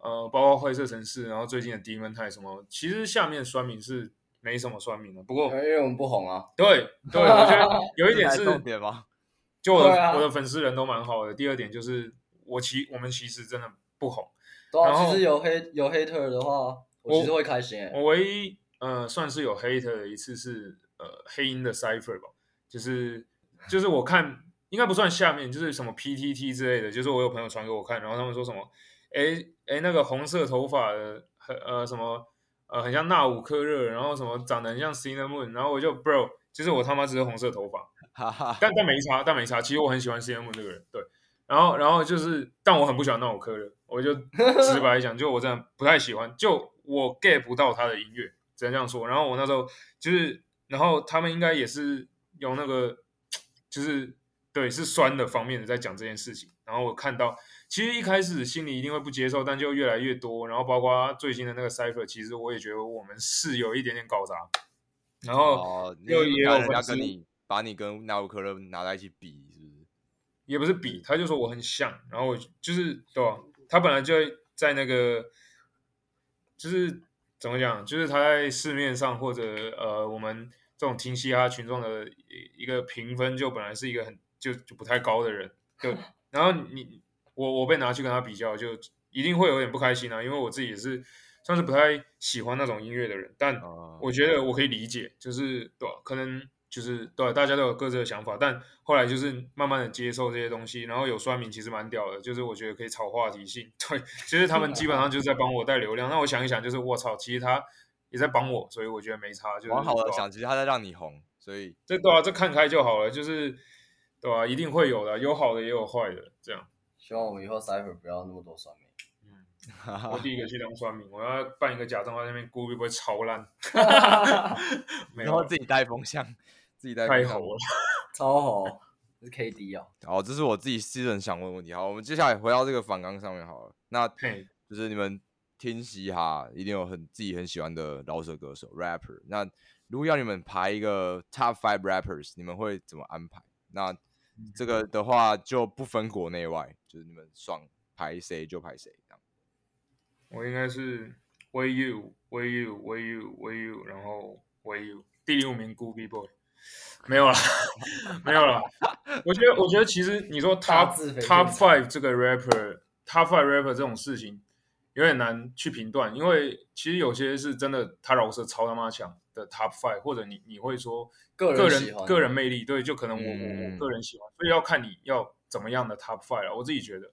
Speaker 2: 呃，包括《灰色城市》，然后最近的《低闷态》什么，其实下面酸民是没什么酸民的，不过
Speaker 3: 因为因为我们不红啊，
Speaker 2: 对对，我觉得有一
Speaker 1: 这
Speaker 2: 点
Speaker 1: 才
Speaker 2: 是
Speaker 1: 重点吗？
Speaker 2: 就我的、
Speaker 3: 对啊
Speaker 2: 我的粉丝人都蛮好的。第二点就是我其我们其实真的不红，
Speaker 3: 对啊
Speaker 2: 然后
Speaker 3: 其实有黑有 hater 的话，我其实会开心欸诶。
Speaker 2: 我唯一呃算是有 hater 的一次是呃黑鹰的 cipher 吧，就是就是我看应该不算下面，就是什么 PTT 之类的，就是我有朋友传给我看，然后他们说什么，哎哎那个红色头发的很呃什么呃很像纳武克热，然后什么长得很像 Cinnamon，然后我就 bro，其实我他妈只是红色头发，
Speaker 1: 哈哈，
Speaker 2: 但但没差，但没差。其实我很喜欢 CM 这个人，对。然后然后就是，但我很不喜欢那首科乐，我就直白讲，就我真的不太喜欢，就我 get 不到他的音乐，只能这样说。然后我那时候就是，然后他们应该也是用那个就是对是酸的方面的在讲这件事情。然后我看到，其实一开始心里一定会不接受，但就越来越多。然后包括最新的那个 Cipher，其实我也觉得我们是有一点点搞砸。然后
Speaker 1: 哦，你
Speaker 2: 又也有
Speaker 1: 怕人家
Speaker 2: 粉丝
Speaker 1: 跟你把你跟纳乌克勒拿在一起比，是不是？
Speaker 2: 也不是比，他就说我很像，然后我就是对吧、啊他本来就在那个，就是怎么讲，就是他在市面上或者呃我们这种听嘻哈群众的一一个评分，就本来是一个很就就不太高的人，就然后你我我被拿去跟他比较，就一定会有点不开心啊，因为我自己也是算是不太喜欢那种音乐的人，但
Speaker 1: 哦
Speaker 2: 我觉得我可以理解，就是对吧、可能就是对、啊大家都有各自的想法，但后来就是慢慢的接受这些东西，然后有酸民其实蛮屌的，就是我觉得可以炒话题性，对，其实他们基本上就是在帮我带流量。那我想一想，就是我操，其实他也在帮我，所以我觉得啊没差，就是
Speaker 1: 往好
Speaker 2: 对
Speaker 1: 了
Speaker 2: 吧
Speaker 1: 想，其实他在让你红，所 以
Speaker 2: 这对啊，这看开就好了，就是对吧、一定会有的，有好的也有坏的，这样。
Speaker 3: 希望我们以后 Cipher 不要那么多酸民。
Speaker 2: 嗯，
Speaker 1: 啊
Speaker 2: 我第一个去当酸民，我要办一个假账号，在那边估会不会 超烂？ 没
Speaker 1: 然
Speaker 2: 有啊
Speaker 1: 后，自己带风向，自己带
Speaker 2: 太
Speaker 1: 风向
Speaker 2: 吼。了。
Speaker 3: 超红，是 KD 哦，
Speaker 1: 好，这是我自己私人想问的问题。好，我们接下来回到这个反纲上面好了。那
Speaker 2: 嘿，
Speaker 1: 就是你们听嘻哈，一定有很自己很喜欢的饶舌歌手 rapper。那如果要你们排一个 top five rappers，你们会怎么安排？那
Speaker 2: 嗯
Speaker 1: 这个的话就不分国内外，就是你们爽排谁就排谁这样。
Speaker 2: 我应该是 We You We You We You We You，然后 We You 第六名 g o o b y Boy，没有啦，没有啦。我觉得，我觉得其实你说
Speaker 3: 大
Speaker 2: Top
Speaker 3: 字非
Speaker 2: Top
Speaker 3: 正常
Speaker 2: Five 这个 rapper Top Five rapper 这种事情有点难去评断，因为其实有些是真的他饶舌超他妈强的 Top Five，或者你你会说
Speaker 3: 个
Speaker 2: 个
Speaker 3: 人喜
Speaker 2: 人
Speaker 3: 欢
Speaker 2: 个人魅力，对，就可能我我
Speaker 1: 嗯
Speaker 2: 我个人喜欢，所以要看你要怎么样的 Top Five 了。我自己觉得，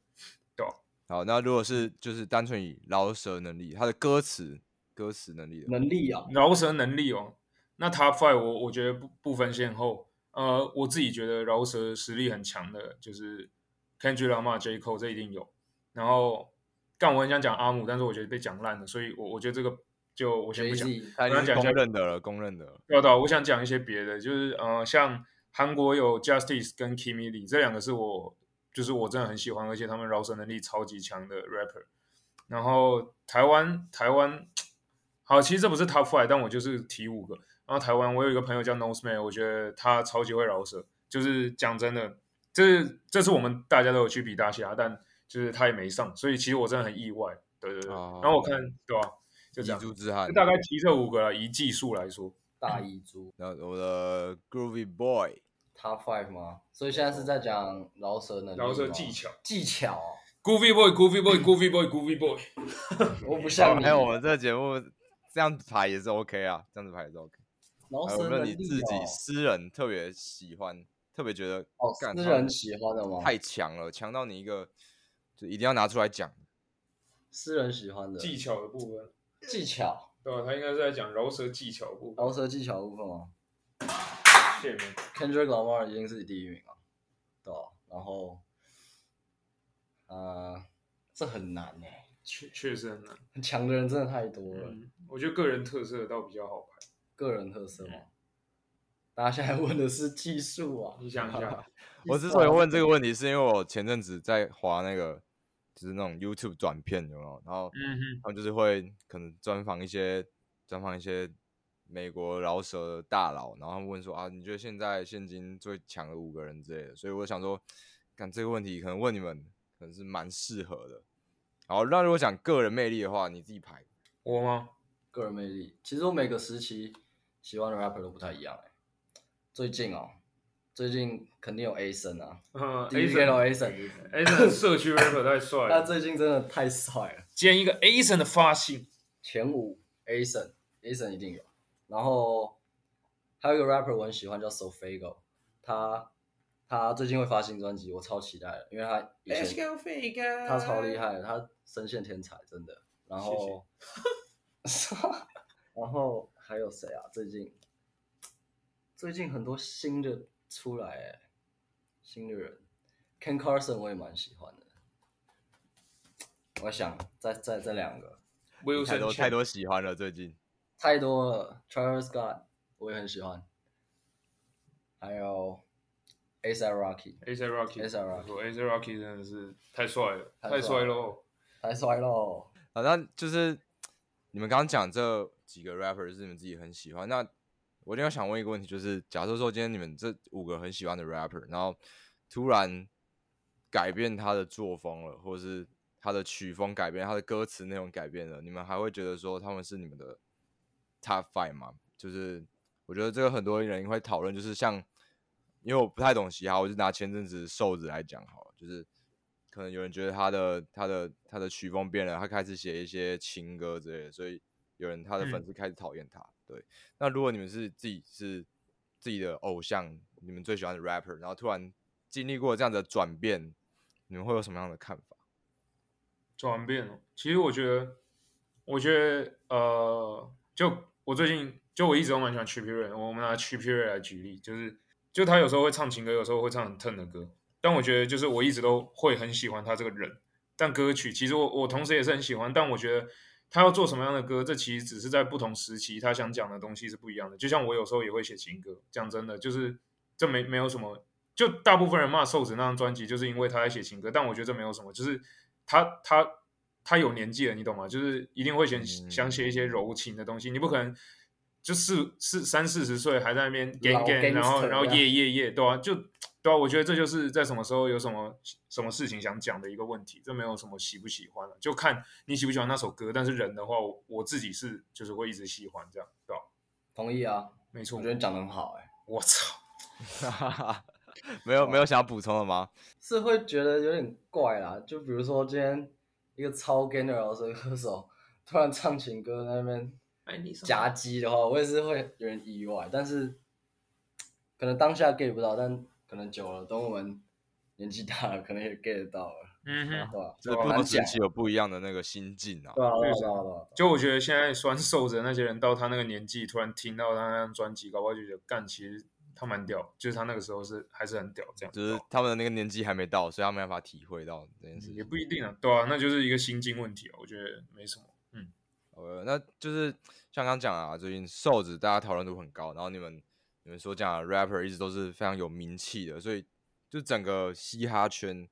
Speaker 2: 对吧？
Speaker 1: 好，那如果是就是单纯以饶舌能力，他的歌词歌词能力的话
Speaker 3: 能力哦，
Speaker 2: 饶舌能力哦，那 Top Five 我我觉得不不分先后，呃，我自己觉得饶舌实力很强的，就是 Kendrick Lamar、J Cole 这一定有。然后，但我很想讲阿姆，但是我觉得被讲烂了，所以我我觉得这个就我先不
Speaker 3: Jay
Speaker 2: 讲。
Speaker 3: Z
Speaker 1: 他已
Speaker 2: 我
Speaker 1: 经是
Speaker 2: 要讲一
Speaker 1: 公
Speaker 2: 下
Speaker 1: 认的了，公认的了。
Speaker 2: 要到，啊我想讲一些别的，就是呃，像韩国有 Justice 跟 Kimi Lee 这两个是我，就是我真的很喜欢，而且他们饶舌能力超级强的 rapper。然后台湾台湾，好，其实这不是 top five，但我就是提五个。然后台湾我有一个朋友叫 Nose Man，我觉得他超级会饶舌，就是讲真的，这这是我们大家都有去比大虾，但就是他也没上，所以其实我真的很意外。对对对，
Speaker 1: 哦
Speaker 2: 然后我看对吧、就这
Speaker 1: 遗
Speaker 2: 样，
Speaker 1: 珠之憾
Speaker 2: 就，大概提这五个了，以技术来说。
Speaker 3: 大遗珠
Speaker 1: 然后我的 Groovy Boy，
Speaker 3: Top Five 吗？所以现在是在讲饶舌能力吗，
Speaker 2: 饶舌技巧
Speaker 3: 技巧哦，
Speaker 2: Goofy boy, Goofy boy, Goofy boy, Goofy boy。
Speaker 3: 我不像
Speaker 1: 好
Speaker 3: 你
Speaker 1: 还有我们这个节目这样子排也是 OK 啊，这样子排也是 OK。
Speaker 3: 饶
Speaker 1: 还有
Speaker 3: 舌
Speaker 1: 没有
Speaker 3: 能
Speaker 1: 哎你
Speaker 3: 力
Speaker 1: 自己
Speaker 3: 哦
Speaker 1: 私人特别喜欢，特别觉得
Speaker 3: 哦，
Speaker 1: 干
Speaker 3: 私
Speaker 1: 他
Speaker 3: 人喜欢的吗？
Speaker 1: 太强了，强到你一个就一定要拿出来讲。
Speaker 3: 私人喜欢的
Speaker 2: 技巧的部分，
Speaker 3: 技巧，
Speaker 2: 对吧、他应该是在讲饶舌技巧的部分。
Speaker 3: 饶舌技巧的部分吗
Speaker 2: 哦谢明，
Speaker 3: ？Kendrick Lamar 已经是第一名了，对吧？然后，呃，这很难哎，
Speaker 2: 确确实很难。
Speaker 3: 很强的人真的太多了。
Speaker 2: 嗯，我觉得个人特色倒比较好排。
Speaker 3: 个人特
Speaker 1: 嗯
Speaker 3: 色吗？大家现在问的是技术啊，
Speaker 1: 嗯
Speaker 2: 你想一 下，
Speaker 1: 我之所以问这个问题，是因为我前阵子在划那个就是那种 YouTube 短片，有没有？然后
Speaker 2: 嗯哼，
Speaker 1: 他们就是会可能专访一些专访一些美国饶舌的大佬，然后他们问说啊，你觉得现在现今最强的五个人之类的，所以我想说，看这个问题可能问你们可能是蛮适合的。然后，那如果讲个人魅力的话，你自己排
Speaker 2: 我吗？
Speaker 3: 个人魅力。其实我每个时期喜欢的 rapper 都不太一样哎、最近哦，最近肯定有 A 森啊，
Speaker 2: 嗯
Speaker 3: 第一次看到 A 森，
Speaker 2: Ason，Ason 社区 rapper 太帅
Speaker 3: 他
Speaker 2: 了，
Speaker 3: 最近真的太帅了，
Speaker 2: 今天一个 Ason 的发型，
Speaker 3: 前五 A 森，A 森一定有。然后还有一个 rapper 我很喜欢叫 Sofago，他他最近会发新专辑，我超期待的，因为他以前。他超厉害的，他声线天才，真的。然后，然后还有谁啊？最近最近很多新的出来、欸，新的人，Ken Carson 我也蛮喜欢的。我想再再再两个，
Speaker 1: 你太多
Speaker 2: Wilson
Speaker 1: 太多喜欢了，最近
Speaker 3: 太多了。Travis Scott 我也很喜欢，还有 ASAP Rocky，
Speaker 2: ，A$AP Rocky，不错
Speaker 3: A$AP Rocky
Speaker 2: ，A$AP Rocky 真的是太帅了，哦
Speaker 3: 太
Speaker 2: 太
Speaker 3: 帅
Speaker 2: 帅
Speaker 3: 了
Speaker 2: 喽！
Speaker 3: 太帅喽！
Speaker 1: 好，那就是你们刚刚讲这几个 rapper 是你们自己很喜欢。那我就想问一个问题，就是假设说今天你们这五个很喜欢的 rapper，然后突然改变他的作风了，或者是他的曲风改变，他的歌词内容改变了，你们还会觉得说他们是你们的 top five 吗？就是我觉得这个很多人会讨论，就是像因为我不太懂嘻哈，我就拿前阵子瘦子来讲好了，就是可能有人觉得他的他的他的曲风变了，他开始写一些情歌之类的，所以有人他的粉
Speaker 2: 嗯
Speaker 1: 丝开始讨厌他。对，那如果你们是自己是自己的偶像，你们最喜欢的 rapper，然后突然经历过这样的转变，你们会有什么样的看法？
Speaker 2: 转变哦，其实我觉得，我觉得呃，就我最近就我一直都蛮喜欢 c h i p p Ray，我们拿 c h i p p Ray 来举例，就是就他有时候会唱情歌，有时候会唱很 turn 的歌，但我觉得就是我一直都会很喜欢他这个人，但歌曲其实我我同时也是很喜欢，但我觉得他要做什么样的歌，这其实只是在不同时期他想讲的东西是不一样的。就像我有时候也会写情歌，讲真的，就是这没没有什么，就大部分人骂瘦子那张专辑，就是因为他在写情歌，但我觉得这没有什么，就是他他他有年纪了，你懂吗？就是一定会想
Speaker 1: 嗯
Speaker 2: 想写一些柔情的东西，你不可能。就四四三四十岁还在那边 gang
Speaker 3: 老
Speaker 2: gang，然后
Speaker 3: gangster
Speaker 2: 然后
Speaker 3: 这样
Speaker 2: 夜夜夜，对啊，就对啊，我觉得这就是在什么时候有什么什么事情想讲的一个问题，这没有什么喜不喜欢了、就看你喜不喜欢那首歌。但是人的话，我我自己是就是会一直喜欢这样，对吧、
Speaker 3: 同意啊，
Speaker 2: 没
Speaker 3: 我
Speaker 2: 错
Speaker 3: 觉，得你讲的很好、欸，
Speaker 2: 我操，
Speaker 1: 没有没有想要补充的吗？
Speaker 3: 是会觉得有点怪啦。就比如说今天一个超 gay 的饶舌歌手突然唱情歌在那边
Speaker 2: 哎，你什么
Speaker 3: 夹击的话，我也是会有点意外，但是可能当下 get 不到，但可能久了，等我们年纪大了，可能也 get 到了，
Speaker 2: 嗯
Speaker 3: 对
Speaker 2: 哼，
Speaker 3: 吧？
Speaker 1: 就是
Speaker 2: 对啊
Speaker 1: 不
Speaker 3: 蛮
Speaker 1: 同时
Speaker 3: 假
Speaker 1: 期有不一样的那个心境啊。
Speaker 3: 对啊，对
Speaker 2: 确
Speaker 3: 啊，
Speaker 2: 实
Speaker 3: 对啊，对啊
Speaker 2: 就我觉得现在酸瘦着那些人，到他那个年纪，突然听到他那张专辑，搞不好就觉得干，其实他蛮屌，就是他那个时候是还是很屌这样，
Speaker 1: 就是他们的那个年纪还没到，所以他没办法体会到这件事情。
Speaker 2: 也不一定啊，对啊，那就是一个心境问题啊，我觉得没什么，嗯，
Speaker 1: 呃，那就是像刚讲啊，最近瘦子大家讨论度很高，然后你们你们所讲的 rapper 一直都是非常有名气的，所以就整个嘻哈圈，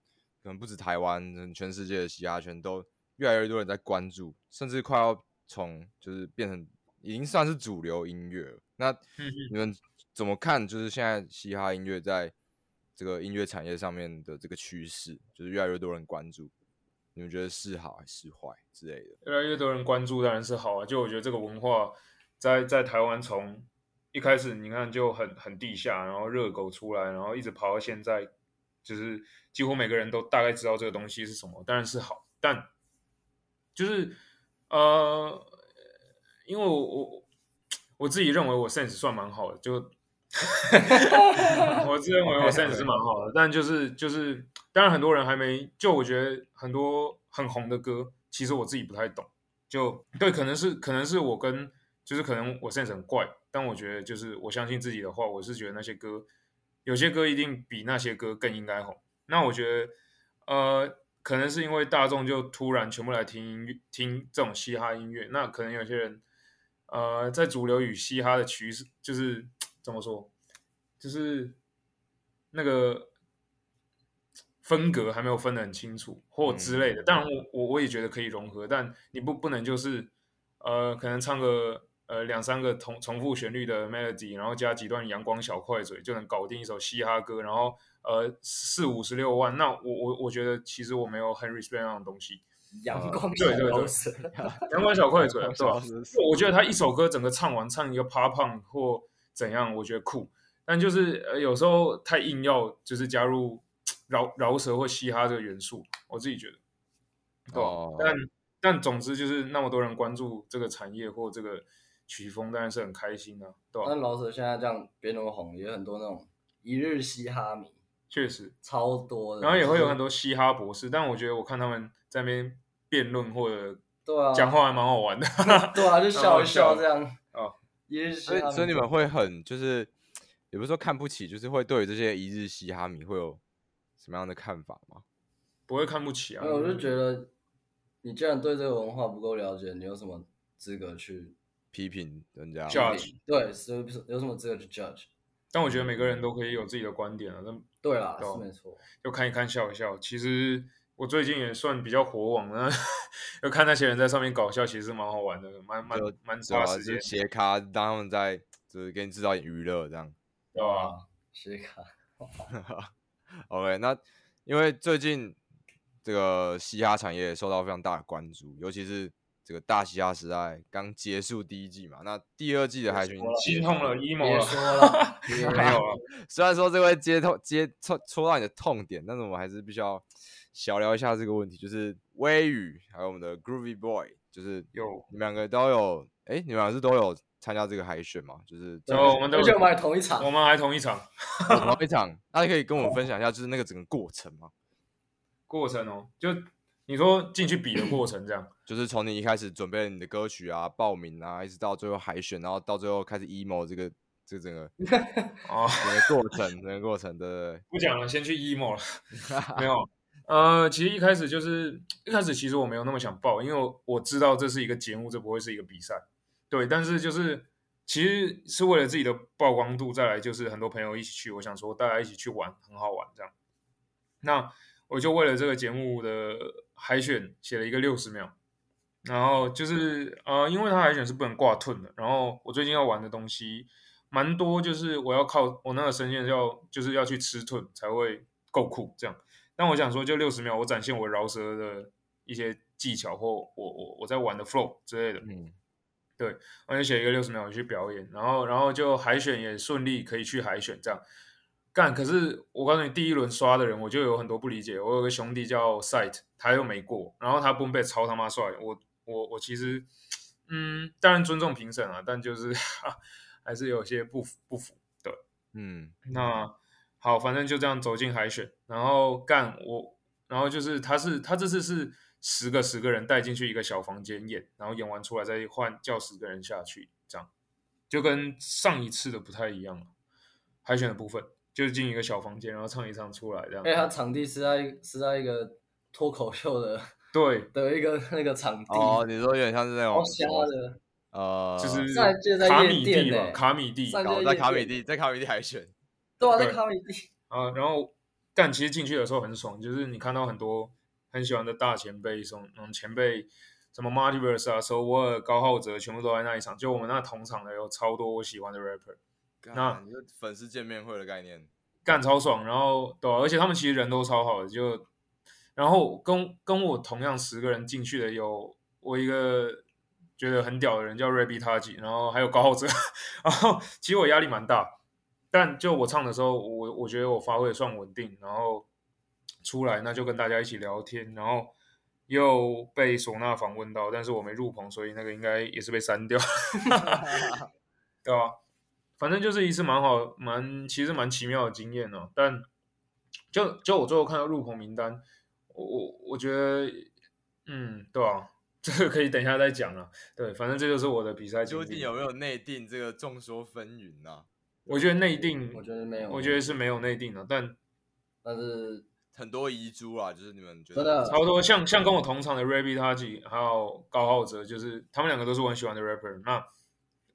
Speaker 1: 可能不止台湾，嗯全世界的嘻哈圈都越来越多人在关注，甚至快要从就是变成已经算是主流音乐了。那
Speaker 2: 嗯
Speaker 1: 你们怎么看？就是现在嘻哈音乐在这个音乐产业上面的这个趋势，就是越来越多人关注，你们觉得是好还是坏之类的？
Speaker 2: 越来越多人关注当然是好啊。就我觉得这个文化在在台湾从一开始你看就很很地下，然后热狗出来，然后一直跑到现在，就是几乎每个人都大概知道这个东西是什么，当然是好，但就是呃，因为我我我自己认为我 sense 算蛮好的，就我自认为我 sense 是蛮好的，但就是就是，当然很多人还没就我觉得很多很红的歌，其实我自己不太懂，就对，可能是可能是我跟就是可能我 sense 很怪，但我觉得就是我相信自己的话，我是觉得那些歌有些歌一定比那些歌更应该红。那我觉得，呃，可能是因为大众就突然全部来听音乐，听这种嘻哈音乐，那可能有些人，呃，在主流与嘻哈的趋势，就是怎么说，就是那个分隔还没有分得很清楚，或之类的。
Speaker 1: 嗯
Speaker 2: 当然我，我我也觉得可以融合，但你不不能就是，呃，可能唱个。呃，两三个重重复旋律的 melody，然后加几段阳光小快嘴，就能搞定一首嘻哈歌，然后呃四五十六万，那我我我觉得其实我没有很 respect 那种东西。
Speaker 3: 啊阳光
Speaker 2: 对对对
Speaker 3: 小蛇，
Speaker 2: 阳光小快嘴， 啊 对吧？
Speaker 1: 是
Speaker 2: 我觉得他一首歌整个唱完，唱一个 pop punk 或怎样，我觉得酷。但就是呃有时候太硬要就是加入饶饶舌或嘻哈这个元素，我自己觉得，对吧？
Speaker 1: 哦
Speaker 2: 但但总之就是那么多人关注这个产业或这个曲风，当然是很开心啊，对吧？
Speaker 3: 但老舍现在这样别那么红，也有很多那种一日嘻哈迷，
Speaker 2: 确实，
Speaker 3: 超多的。
Speaker 2: 然后也会有很
Speaker 3: 多
Speaker 2: 多嘻哈博士，但我觉得我看他们在那边辩论或者
Speaker 3: 对啊，
Speaker 2: 讲话还蛮好玩的。
Speaker 3: 对啊，就笑一笑这样。
Speaker 2: 哦，
Speaker 3: 一日嘻
Speaker 1: 所以
Speaker 3: 哈迷，
Speaker 1: 所以你们会很就是，也不是说看不起，就是会对于这些一日嘻哈迷会有什么样的看法吗？
Speaker 2: 不会看不起啊。
Speaker 3: 没有，我就觉得你既然对这个文化不够了解，你有什么资格去
Speaker 1: 批评人家
Speaker 2: Judge
Speaker 3: 对，是不是有什么资格去 judge？
Speaker 2: 但我觉得每个人都可以有自己的观点啊，那
Speaker 3: 嗯对啦，
Speaker 2: 有
Speaker 3: 是没错。
Speaker 2: 就看一看笑一笑。其实我最近也算比较火网了， 就看那些人在上面搞笑，其实蛮好玩的，蛮蛮
Speaker 1: 就
Speaker 2: 蛮
Speaker 1: 对
Speaker 2: 花
Speaker 1: 啊，
Speaker 2: 时
Speaker 1: 就
Speaker 2: 间
Speaker 1: 是，斜咖，让他们在就是给你制造点娱乐这样。
Speaker 2: 对
Speaker 3: 啊
Speaker 2: 吧？
Speaker 3: 斜 卡
Speaker 1: OK，那因为最近这个嘻哈产业受到非常大的关注，尤其是这个大嘻哈时代刚结束第一季嘛，那第二季的海巡
Speaker 3: 说了
Speaker 2: 心痛了
Speaker 3: 别
Speaker 2: ，emo
Speaker 3: 说
Speaker 2: 了，
Speaker 3: 了，别
Speaker 2: 没有啊了。
Speaker 1: 虽然说这会接痛接戳戳到你的痛点，但是我们还是必须要小聊一下这个问题，就是微雨还有我们的 Groovy Boy，就是
Speaker 2: 有
Speaker 1: 你们两个都有，哎、你们两个是都有参加这个海选嘛？就是
Speaker 3: 对
Speaker 1: 这
Speaker 2: 然后我们都
Speaker 3: 而且我们还同一场
Speaker 2: 我，们还同一场
Speaker 1: 同一 场，那你可以跟我们分享一下，就是那个整个过程嘛，
Speaker 2: 过程哦，就你说进去比的过程这样。
Speaker 1: 就是从你一开始准备你的歌曲啊、报名啊，一直到最后海选，然后到最后开始 emo 这个这整个
Speaker 2: 哦，
Speaker 1: 整个过程，整个过程，对对
Speaker 2: 不讲了，先去 emo 了。没有，呃，其实一开始就是一开始，其实我没有那么想报，因为我我知道这是一个节目，这不会是一个比赛。对，但是就是其实是为了自己的曝光度，再来就是很多朋友一起去，我想说大家一起去玩，很好玩这样。那我就为了这个节目的海选写了一个六十秒，然后就是呃，因为它海选是不能挂盾的，然后我最近要玩的东西蛮多，就是我要靠我那个声线要就是要去吃盾才会够酷这样。但我想说，就六十秒，我展现我饶舌的一些技巧或我我我在玩的 flow 之类的，
Speaker 1: 对，嗯，
Speaker 2: 我就写一个六十秒去表演，然后然后就海选也顺利可以去海选这样干。可是我告诉你，第一轮刷的人我就有很多不理解。我有个兄弟叫 Sight，他又没过，然后他 b o 超他妈帅。我我我其实嗯，当然尊重评审啊，但就是 还是有些不服不服。
Speaker 1: 嗯，
Speaker 2: 那好，反正就这样走进海选，然后干我，然后就是他是他这次是十个十个人带进去一个小房间演，然后演完出来再换叫十个人下去，这样就跟上一次的不太一样了。海选的部分就是进一个小房间，然后唱一唱出来这样。
Speaker 3: 因为哎他场地是在是在一个脱口秀的
Speaker 2: 对，
Speaker 3: 的一个那个场地，
Speaker 1: 哦，你说有点像是那
Speaker 3: 好
Speaker 1: 种什
Speaker 3: 瞎
Speaker 1: 么
Speaker 3: 的，
Speaker 1: 呃，
Speaker 2: 就是
Speaker 3: 啊上一届在
Speaker 2: 卡
Speaker 3: 夜
Speaker 2: 米
Speaker 3: 店
Speaker 2: 地吧，
Speaker 3: 欸
Speaker 2: 卡米地，
Speaker 3: 上一届
Speaker 1: 搞
Speaker 3: 夜
Speaker 1: 在卡米
Speaker 3: 店
Speaker 1: 蒂，在卡米蒂海选，
Speaker 3: 对啊，在
Speaker 2: 对
Speaker 3: 咖啡地，
Speaker 2: 啊，然后但其实进去的时候很爽，就是你看到很多很喜欢的大前辈，什么嗯前辈，什么 Multiverse 啊、So w a 高浩哲，全部都在那一场。就我们那同场的有超多我喜欢的 rapper，那
Speaker 1: 干你就粉丝见面会的概念，
Speaker 2: 干超爽。然后对啊、而且他们其实人都超好的，就然后跟跟我同样十个人进去的有我一个。觉得很屌的人叫 Rabby Taji，然后还有高浩哲，然后其实我压力蛮大，但就我唱的时候，我我觉得我发挥得算稳定，然后出来那就跟大家一起聊天，然后又被唢呐访问到，但是我没入棚，所以那个应该也是被删掉，对吧、反正就是一次蛮好、蛮其实蛮奇妙的经验哦、但就就我最后看到入棚名单，我我我觉得，嗯，对吧、这个可以等一下再讲了。对，反正这就是我的比赛经
Speaker 1: 究
Speaker 2: 历
Speaker 1: 竟有没有内定，这个众说纷纭呐、
Speaker 2: 我觉得内定，
Speaker 3: 我觉得没有，
Speaker 2: 我觉得，是没有内定的，但
Speaker 3: 但是
Speaker 1: 很多遗珠啊，就是你们觉
Speaker 3: 真
Speaker 1: 得
Speaker 3: 的
Speaker 2: 超多像像跟我同场的 Rabby Taji 还有高浩哲，就是他们两个都是我很喜欢的 rapper。那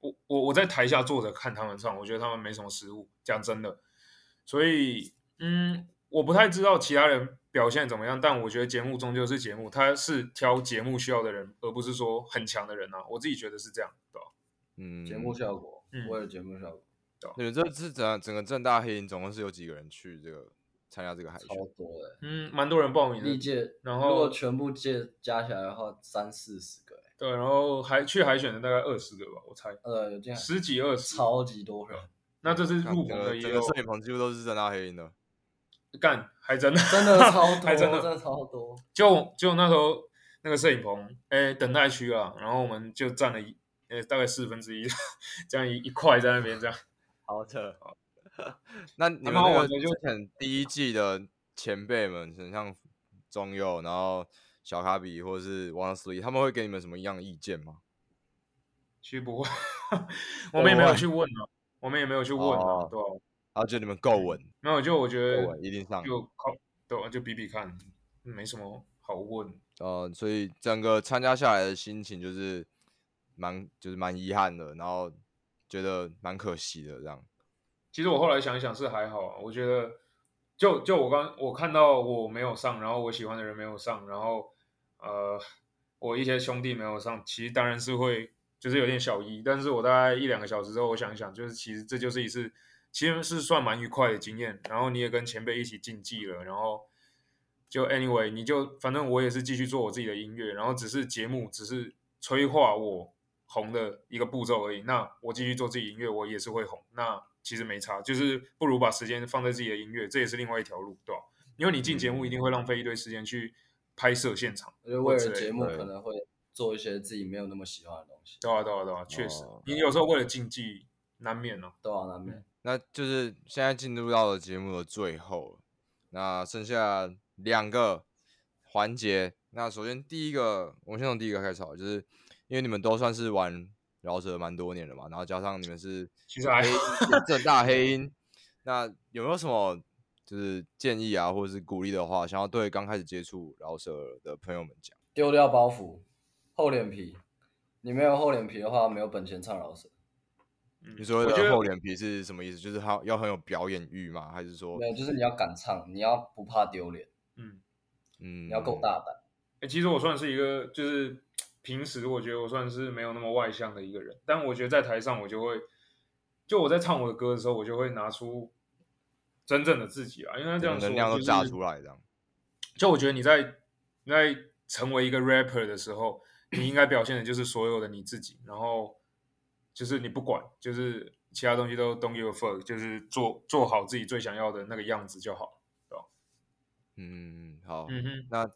Speaker 2: 我我我在台下坐着看他们唱，我觉得他们没什么失误，讲真的。所以嗯，我不太知道其他人表现怎么样，但我觉得节目终究是节目，他是挑节目需要的人，而不是说很强的人啊。我自己觉得是这样，对吧？
Speaker 1: 嗯，
Speaker 3: 节目效果
Speaker 2: 嗯，
Speaker 3: 为了节目效果
Speaker 1: 你们这次整整个正大黑营总共是有几个人去这个参加这个海选
Speaker 3: 超？多的，
Speaker 2: 嗯，蛮多人报名
Speaker 3: 历
Speaker 2: 的，
Speaker 3: 届
Speaker 2: 然
Speaker 3: 如果
Speaker 2: 后
Speaker 3: 全部届加起来的话，三四十个欸，
Speaker 2: 对，然后还去海选的大概二十个吧，我猜
Speaker 3: 呃，有这样
Speaker 2: 十哦几二十。
Speaker 3: 超级多人，
Speaker 2: 那这次
Speaker 1: 看
Speaker 2: 入
Speaker 1: 整
Speaker 2: 棚
Speaker 1: 个
Speaker 2: 的也
Speaker 1: 整个
Speaker 2: 有
Speaker 1: 摄影棚几乎都是正大黑营的。
Speaker 2: 干，还真的
Speaker 3: 真的超多，
Speaker 2: 还真的
Speaker 3: 超多，
Speaker 2: 就就那时候那个摄影棚，哎，等待区啊，然后我们就占了一，呃，大概四分之一，这样一一块在那边这样。
Speaker 1: 好扯。 那你们
Speaker 2: 蛮好
Speaker 1: 那个
Speaker 2: 玩的就
Speaker 1: 之前第一季的前辈们，很像中佑，然后小卡比或是王思怡，他们会给你们什么样的意见吗？
Speaker 2: 其实不会，我们也没有去问啊，我们也没有去问啊
Speaker 1: 哦，
Speaker 2: 对吧？
Speaker 1: 啊，觉得你们够稳，
Speaker 2: 没有，就我觉
Speaker 1: 够
Speaker 2: 得
Speaker 1: 稳，一定上。
Speaker 2: 就靠，对啊，就比比看，没什么好问。
Speaker 1: 呃，所以整个参加下来的心情就是蛮就是蛮遗憾的，然后觉得蛮可惜的这样。
Speaker 2: 其实我后来想一想是还好啊，我觉得就就我刚我看到我没有上，然后我喜欢的人没有上，然后呃我一些兄弟没有上，其实当然是会就是有点小意，但是我大概一两个小时之后，我想一想，就是其实这就是一次其实是算蛮愉快的经验，然后你也跟前辈一起竞技了，然后。就 anyway，你就反正我也是继续做我自己的音乐，然后只是节目只是催化我红的一个步骤而已。那我继续做自己音乐，我也是会红。那其实没差，就是不如把时间放在自己的音乐，这也是另外一条路，对吧？因为你进节
Speaker 1: 嗯
Speaker 2: 目一定会浪费一堆时间去拍摄现场，
Speaker 3: 我觉得为
Speaker 2: 之
Speaker 3: 了
Speaker 2: 类
Speaker 3: 节目
Speaker 1: 对
Speaker 3: 可能会做一些自己没有那么喜欢的东西，
Speaker 2: 对啊，对啊，对啊，确实
Speaker 1: 哦，
Speaker 2: 你有时候为了竞技难免哦、
Speaker 3: 对啊，难免。
Speaker 1: 那就是现在进入到了节目的最后了，那剩下两个环节。那首先第一个，我们先从第一个开始好了，就是因为你们都算是玩饶舌蛮多年了嘛，然后加上你们是
Speaker 2: 其实还
Speaker 1: 黑音正大黑音，那有没有什么就是建议啊，或者是鼓励的话，想要对刚开始接触饶舌的朋友们
Speaker 2: 嗯
Speaker 1: 讲？
Speaker 3: 丢掉包袱，厚脸皮。你没有厚脸皮的话，没有本钱唱饶舌。
Speaker 2: 嗯
Speaker 1: 你所谓
Speaker 2: 我觉
Speaker 1: 的
Speaker 2: 得
Speaker 1: 厚脸皮是什么意思？就是他要很有表演欲吗？还是说
Speaker 3: 没，有，就是你要敢唱，你要不怕丢脸，
Speaker 2: 嗯，
Speaker 1: 嗯，
Speaker 3: 你要够大胆。
Speaker 2: 欸，其实我算是一个，就是平时我觉得我算是没有那么外向的一个人，但我觉得在台上我就会，就我在唱我的歌的时候，我就会拿出真正的自己啊，因为这
Speaker 1: 整个
Speaker 2: 样说
Speaker 1: 能量都
Speaker 2: 就
Speaker 1: 炸
Speaker 2: 是
Speaker 1: 出来这样。
Speaker 2: 就我觉得你在你在成为一个 rapper 的时候，你应该表现的就是所有的你自己，然后就是你不管，就是其他东西都 don't give a fuck，就是做做好自己最想要的那个样子就好。
Speaker 1: 嗯，好，
Speaker 2: 嗯哼，
Speaker 1: 那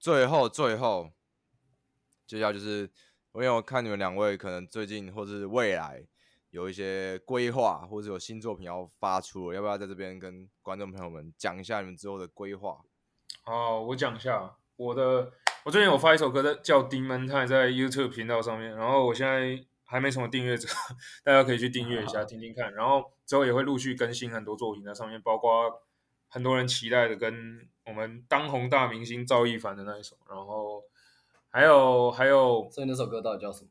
Speaker 1: 最后最后，接下来就是因为我看你们两位可能最近或是未来有一些规划，或者有新作品要发出了，要不要在这边跟观众朋友们讲一下你们之后的规划？
Speaker 2: 哦，我讲一下我的，我最近有发一首歌在叫《Demon Time》在 YouTube 频道上面，然后我现在还没什么订阅者， 大家可以去订阅一下听听看，然后之后也会陆续更新很多作品在上面，包括很多人期待的跟我们当红大明星赵一凡的那一首，然后还有还有
Speaker 3: 所以那首歌到底叫什么？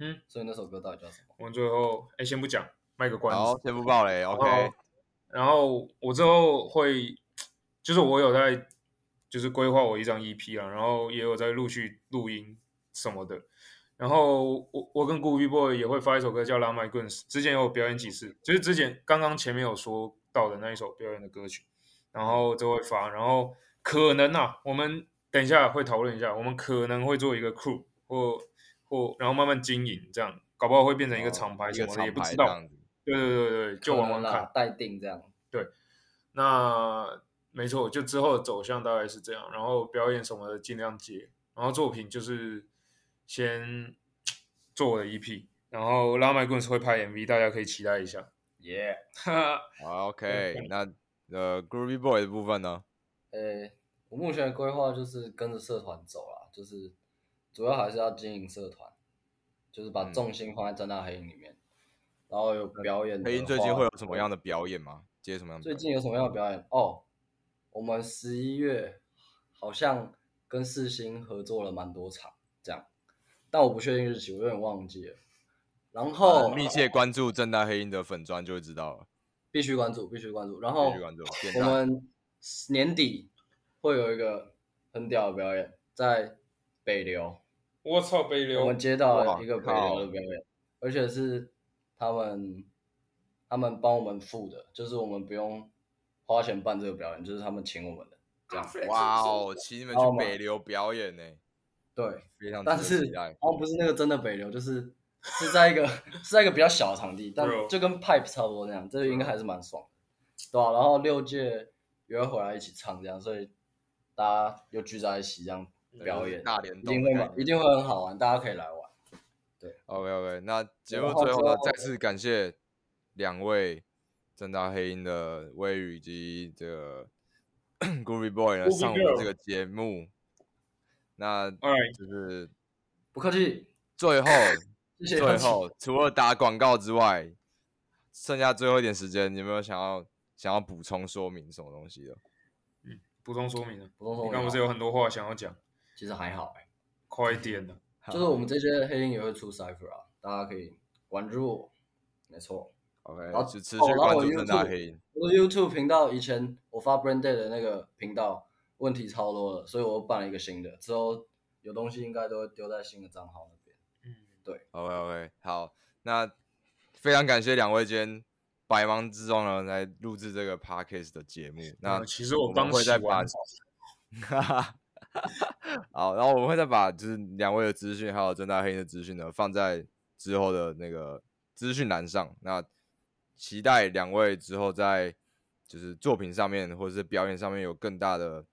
Speaker 2: 嗯，
Speaker 3: 所以那首歌到底叫什么？
Speaker 2: 我们最后哎先不讲，卖个关子，
Speaker 1: 好，先不爆雷，OK，
Speaker 2: 后然后我之后会，就是我有在，就是规划我一张 EP 啊，然后也有在陆续录音什么的。然后我我跟 g o o b y Boy 也会发一首歌叫《拉麦棍》，之前有表演几次，就是之前刚刚前面有说到的那一首表演的歌曲，然后就会发。然后可能啊，我们等一下会讨论一下，我们可能会做一个 crew 或或然后慢慢经营这样，搞不好会变成一个
Speaker 1: 哦
Speaker 2: 厂牌
Speaker 1: 一
Speaker 2: 什
Speaker 1: 个
Speaker 2: 么的，也
Speaker 1: 厂
Speaker 2: 不
Speaker 1: 牌这
Speaker 2: 知道。
Speaker 1: 样子。
Speaker 2: 对对对对，就玩玩
Speaker 3: 可能
Speaker 2: 看
Speaker 3: 啦。待定这样。
Speaker 2: 那没错，就之后的走向大概是这样，然后表演什么的尽量接，然后作品就是先做我的 EP，然后拉麦棍是会拍 MV，大家可以期待一下。
Speaker 3: 耶、
Speaker 2: 哈哈，
Speaker 1: 好，OK，那呃，Groovy Boy 的部分呢？
Speaker 3: 呃，我目前的规划就是跟着社团走啦，就是主要还是要经营社团，就是把
Speaker 1: 嗯
Speaker 3: 重心放在正大黑影里面，然后有表演的话。
Speaker 1: 黑鹰最近会有什么样的表演吗？接什么样的表
Speaker 3: 最
Speaker 1: 演？
Speaker 3: 近有什么样的表演？哦，我们十一月好像跟世新合作了蛮多场，这样，但我不确定日期，我有点忘记了。然后
Speaker 1: 啊密切关注正大黑鹰的粉砖就会知道 了。
Speaker 3: 必须关注，必须关注。然后
Speaker 1: 继续关注，点
Speaker 3: 我
Speaker 1: 赞
Speaker 3: 们年底会有一个很屌的表演，在北流，
Speaker 2: 我操，北
Speaker 3: 我
Speaker 2: 流
Speaker 3: 们，接到了一个
Speaker 1: 哇
Speaker 3: 北流的表演，而且是他们他们帮我们付的，就是我们不用花钱办这个表演，就是他们请我们的。这样
Speaker 1: 哇哦，请你们
Speaker 3: 然后
Speaker 1: 去
Speaker 3: 嘛
Speaker 1: 北流表演呢、
Speaker 3: 对，
Speaker 1: 非常值
Speaker 3: 但
Speaker 1: 得
Speaker 3: 是
Speaker 1: 期待。
Speaker 3: 好像不是那个真的北流，就是 是在一个是在一个比较小的场地，但
Speaker 2: Bro
Speaker 3: 就跟 Pipe 差不多那样，这个应该还是蛮爽的，对吧、啊然后六届也会回来一起唱这样，所以大家又聚在一起这样表演，
Speaker 1: 大联
Speaker 3: 一定
Speaker 1: 动
Speaker 3: 会
Speaker 1: 的
Speaker 3: 蛮
Speaker 1: 概
Speaker 3: 一
Speaker 1: 念。
Speaker 3: 定会很好玩，大家可以来玩。
Speaker 1: OK OK，那节
Speaker 3: 然
Speaker 1: 目
Speaker 3: 后
Speaker 1: 最后
Speaker 3: 之
Speaker 1: 呢
Speaker 3: 后，
Speaker 1: 再次感谢两位正大黑鹰的微雨以及这个 Groovy Boy 呢
Speaker 2: Groovy
Speaker 1: 上我们
Speaker 2: Girl
Speaker 1: 这个节目。那就
Speaker 2: Alright
Speaker 1: 是
Speaker 3: 不客气，
Speaker 1: 最后
Speaker 3: 谢谢。
Speaker 1: 最后，除了打广告之外，剩下最后一点时间，你有没有想要想要补充说明什么东西的？
Speaker 2: 补充说明了，
Speaker 3: 不用说
Speaker 1: 哦
Speaker 2: 你
Speaker 3: 我
Speaker 2: 刚不是
Speaker 3: 好，
Speaker 2: 有很多话想要讲，
Speaker 3: 其实还好、欸，
Speaker 2: 快一点的，
Speaker 3: 就是我们这些黑鹰也会出 Cipher 啊，大家可以关注我，没错，
Speaker 1: OK，
Speaker 3: 好
Speaker 1: 就持续
Speaker 3: 哦然后
Speaker 1: 关
Speaker 3: 我
Speaker 1: 注正大
Speaker 3: YouTube
Speaker 1: 黑鹰。
Speaker 3: 我的 YouTube 频道以前我发 Brand Day 的那个频道问题超多了，所以我又办了一个新的，之后有东西应该都会丢在新的账号那边。
Speaker 2: 嗯，
Speaker 1: OK OK，好，那非常感谢两位今天百忙之中呢来录制这个 Podcast 的节目。那
Speaker 2: 呃其实我
Speaker 1: 们
Speaker 2: 帮
Speaker 1: 会
Speaker 2: 洗
Speaker 1: 再把
Speaker 2: 完澡，
Speaker 1: 好，然后我们会再把就是两位的资讯还有正大黑鹰的资讯呢放在之后的那个资讯栏上。那期待两位之后在就是作品上面或者是表演上面有更大的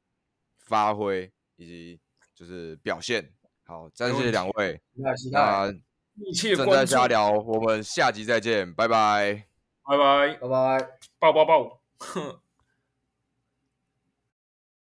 Speaker 1: 发挥以及就是表现。好，再
Speaker 2: 没问
Speaker 1: 谢谢
Speaker 2: 题
Speaker 1: 两位。
Speaker 3: 期待期待，
Speaker 1: 那
Speaker 2: 密切
Speaker 1: 正在
Speaker 2: 关注，
Speaker 1: 加聊，我们下集再见，拜拜。哦
Speaker 2: 拜拜，
Speaker 3: 拜拜。
Speaker 2: 抱抱抱。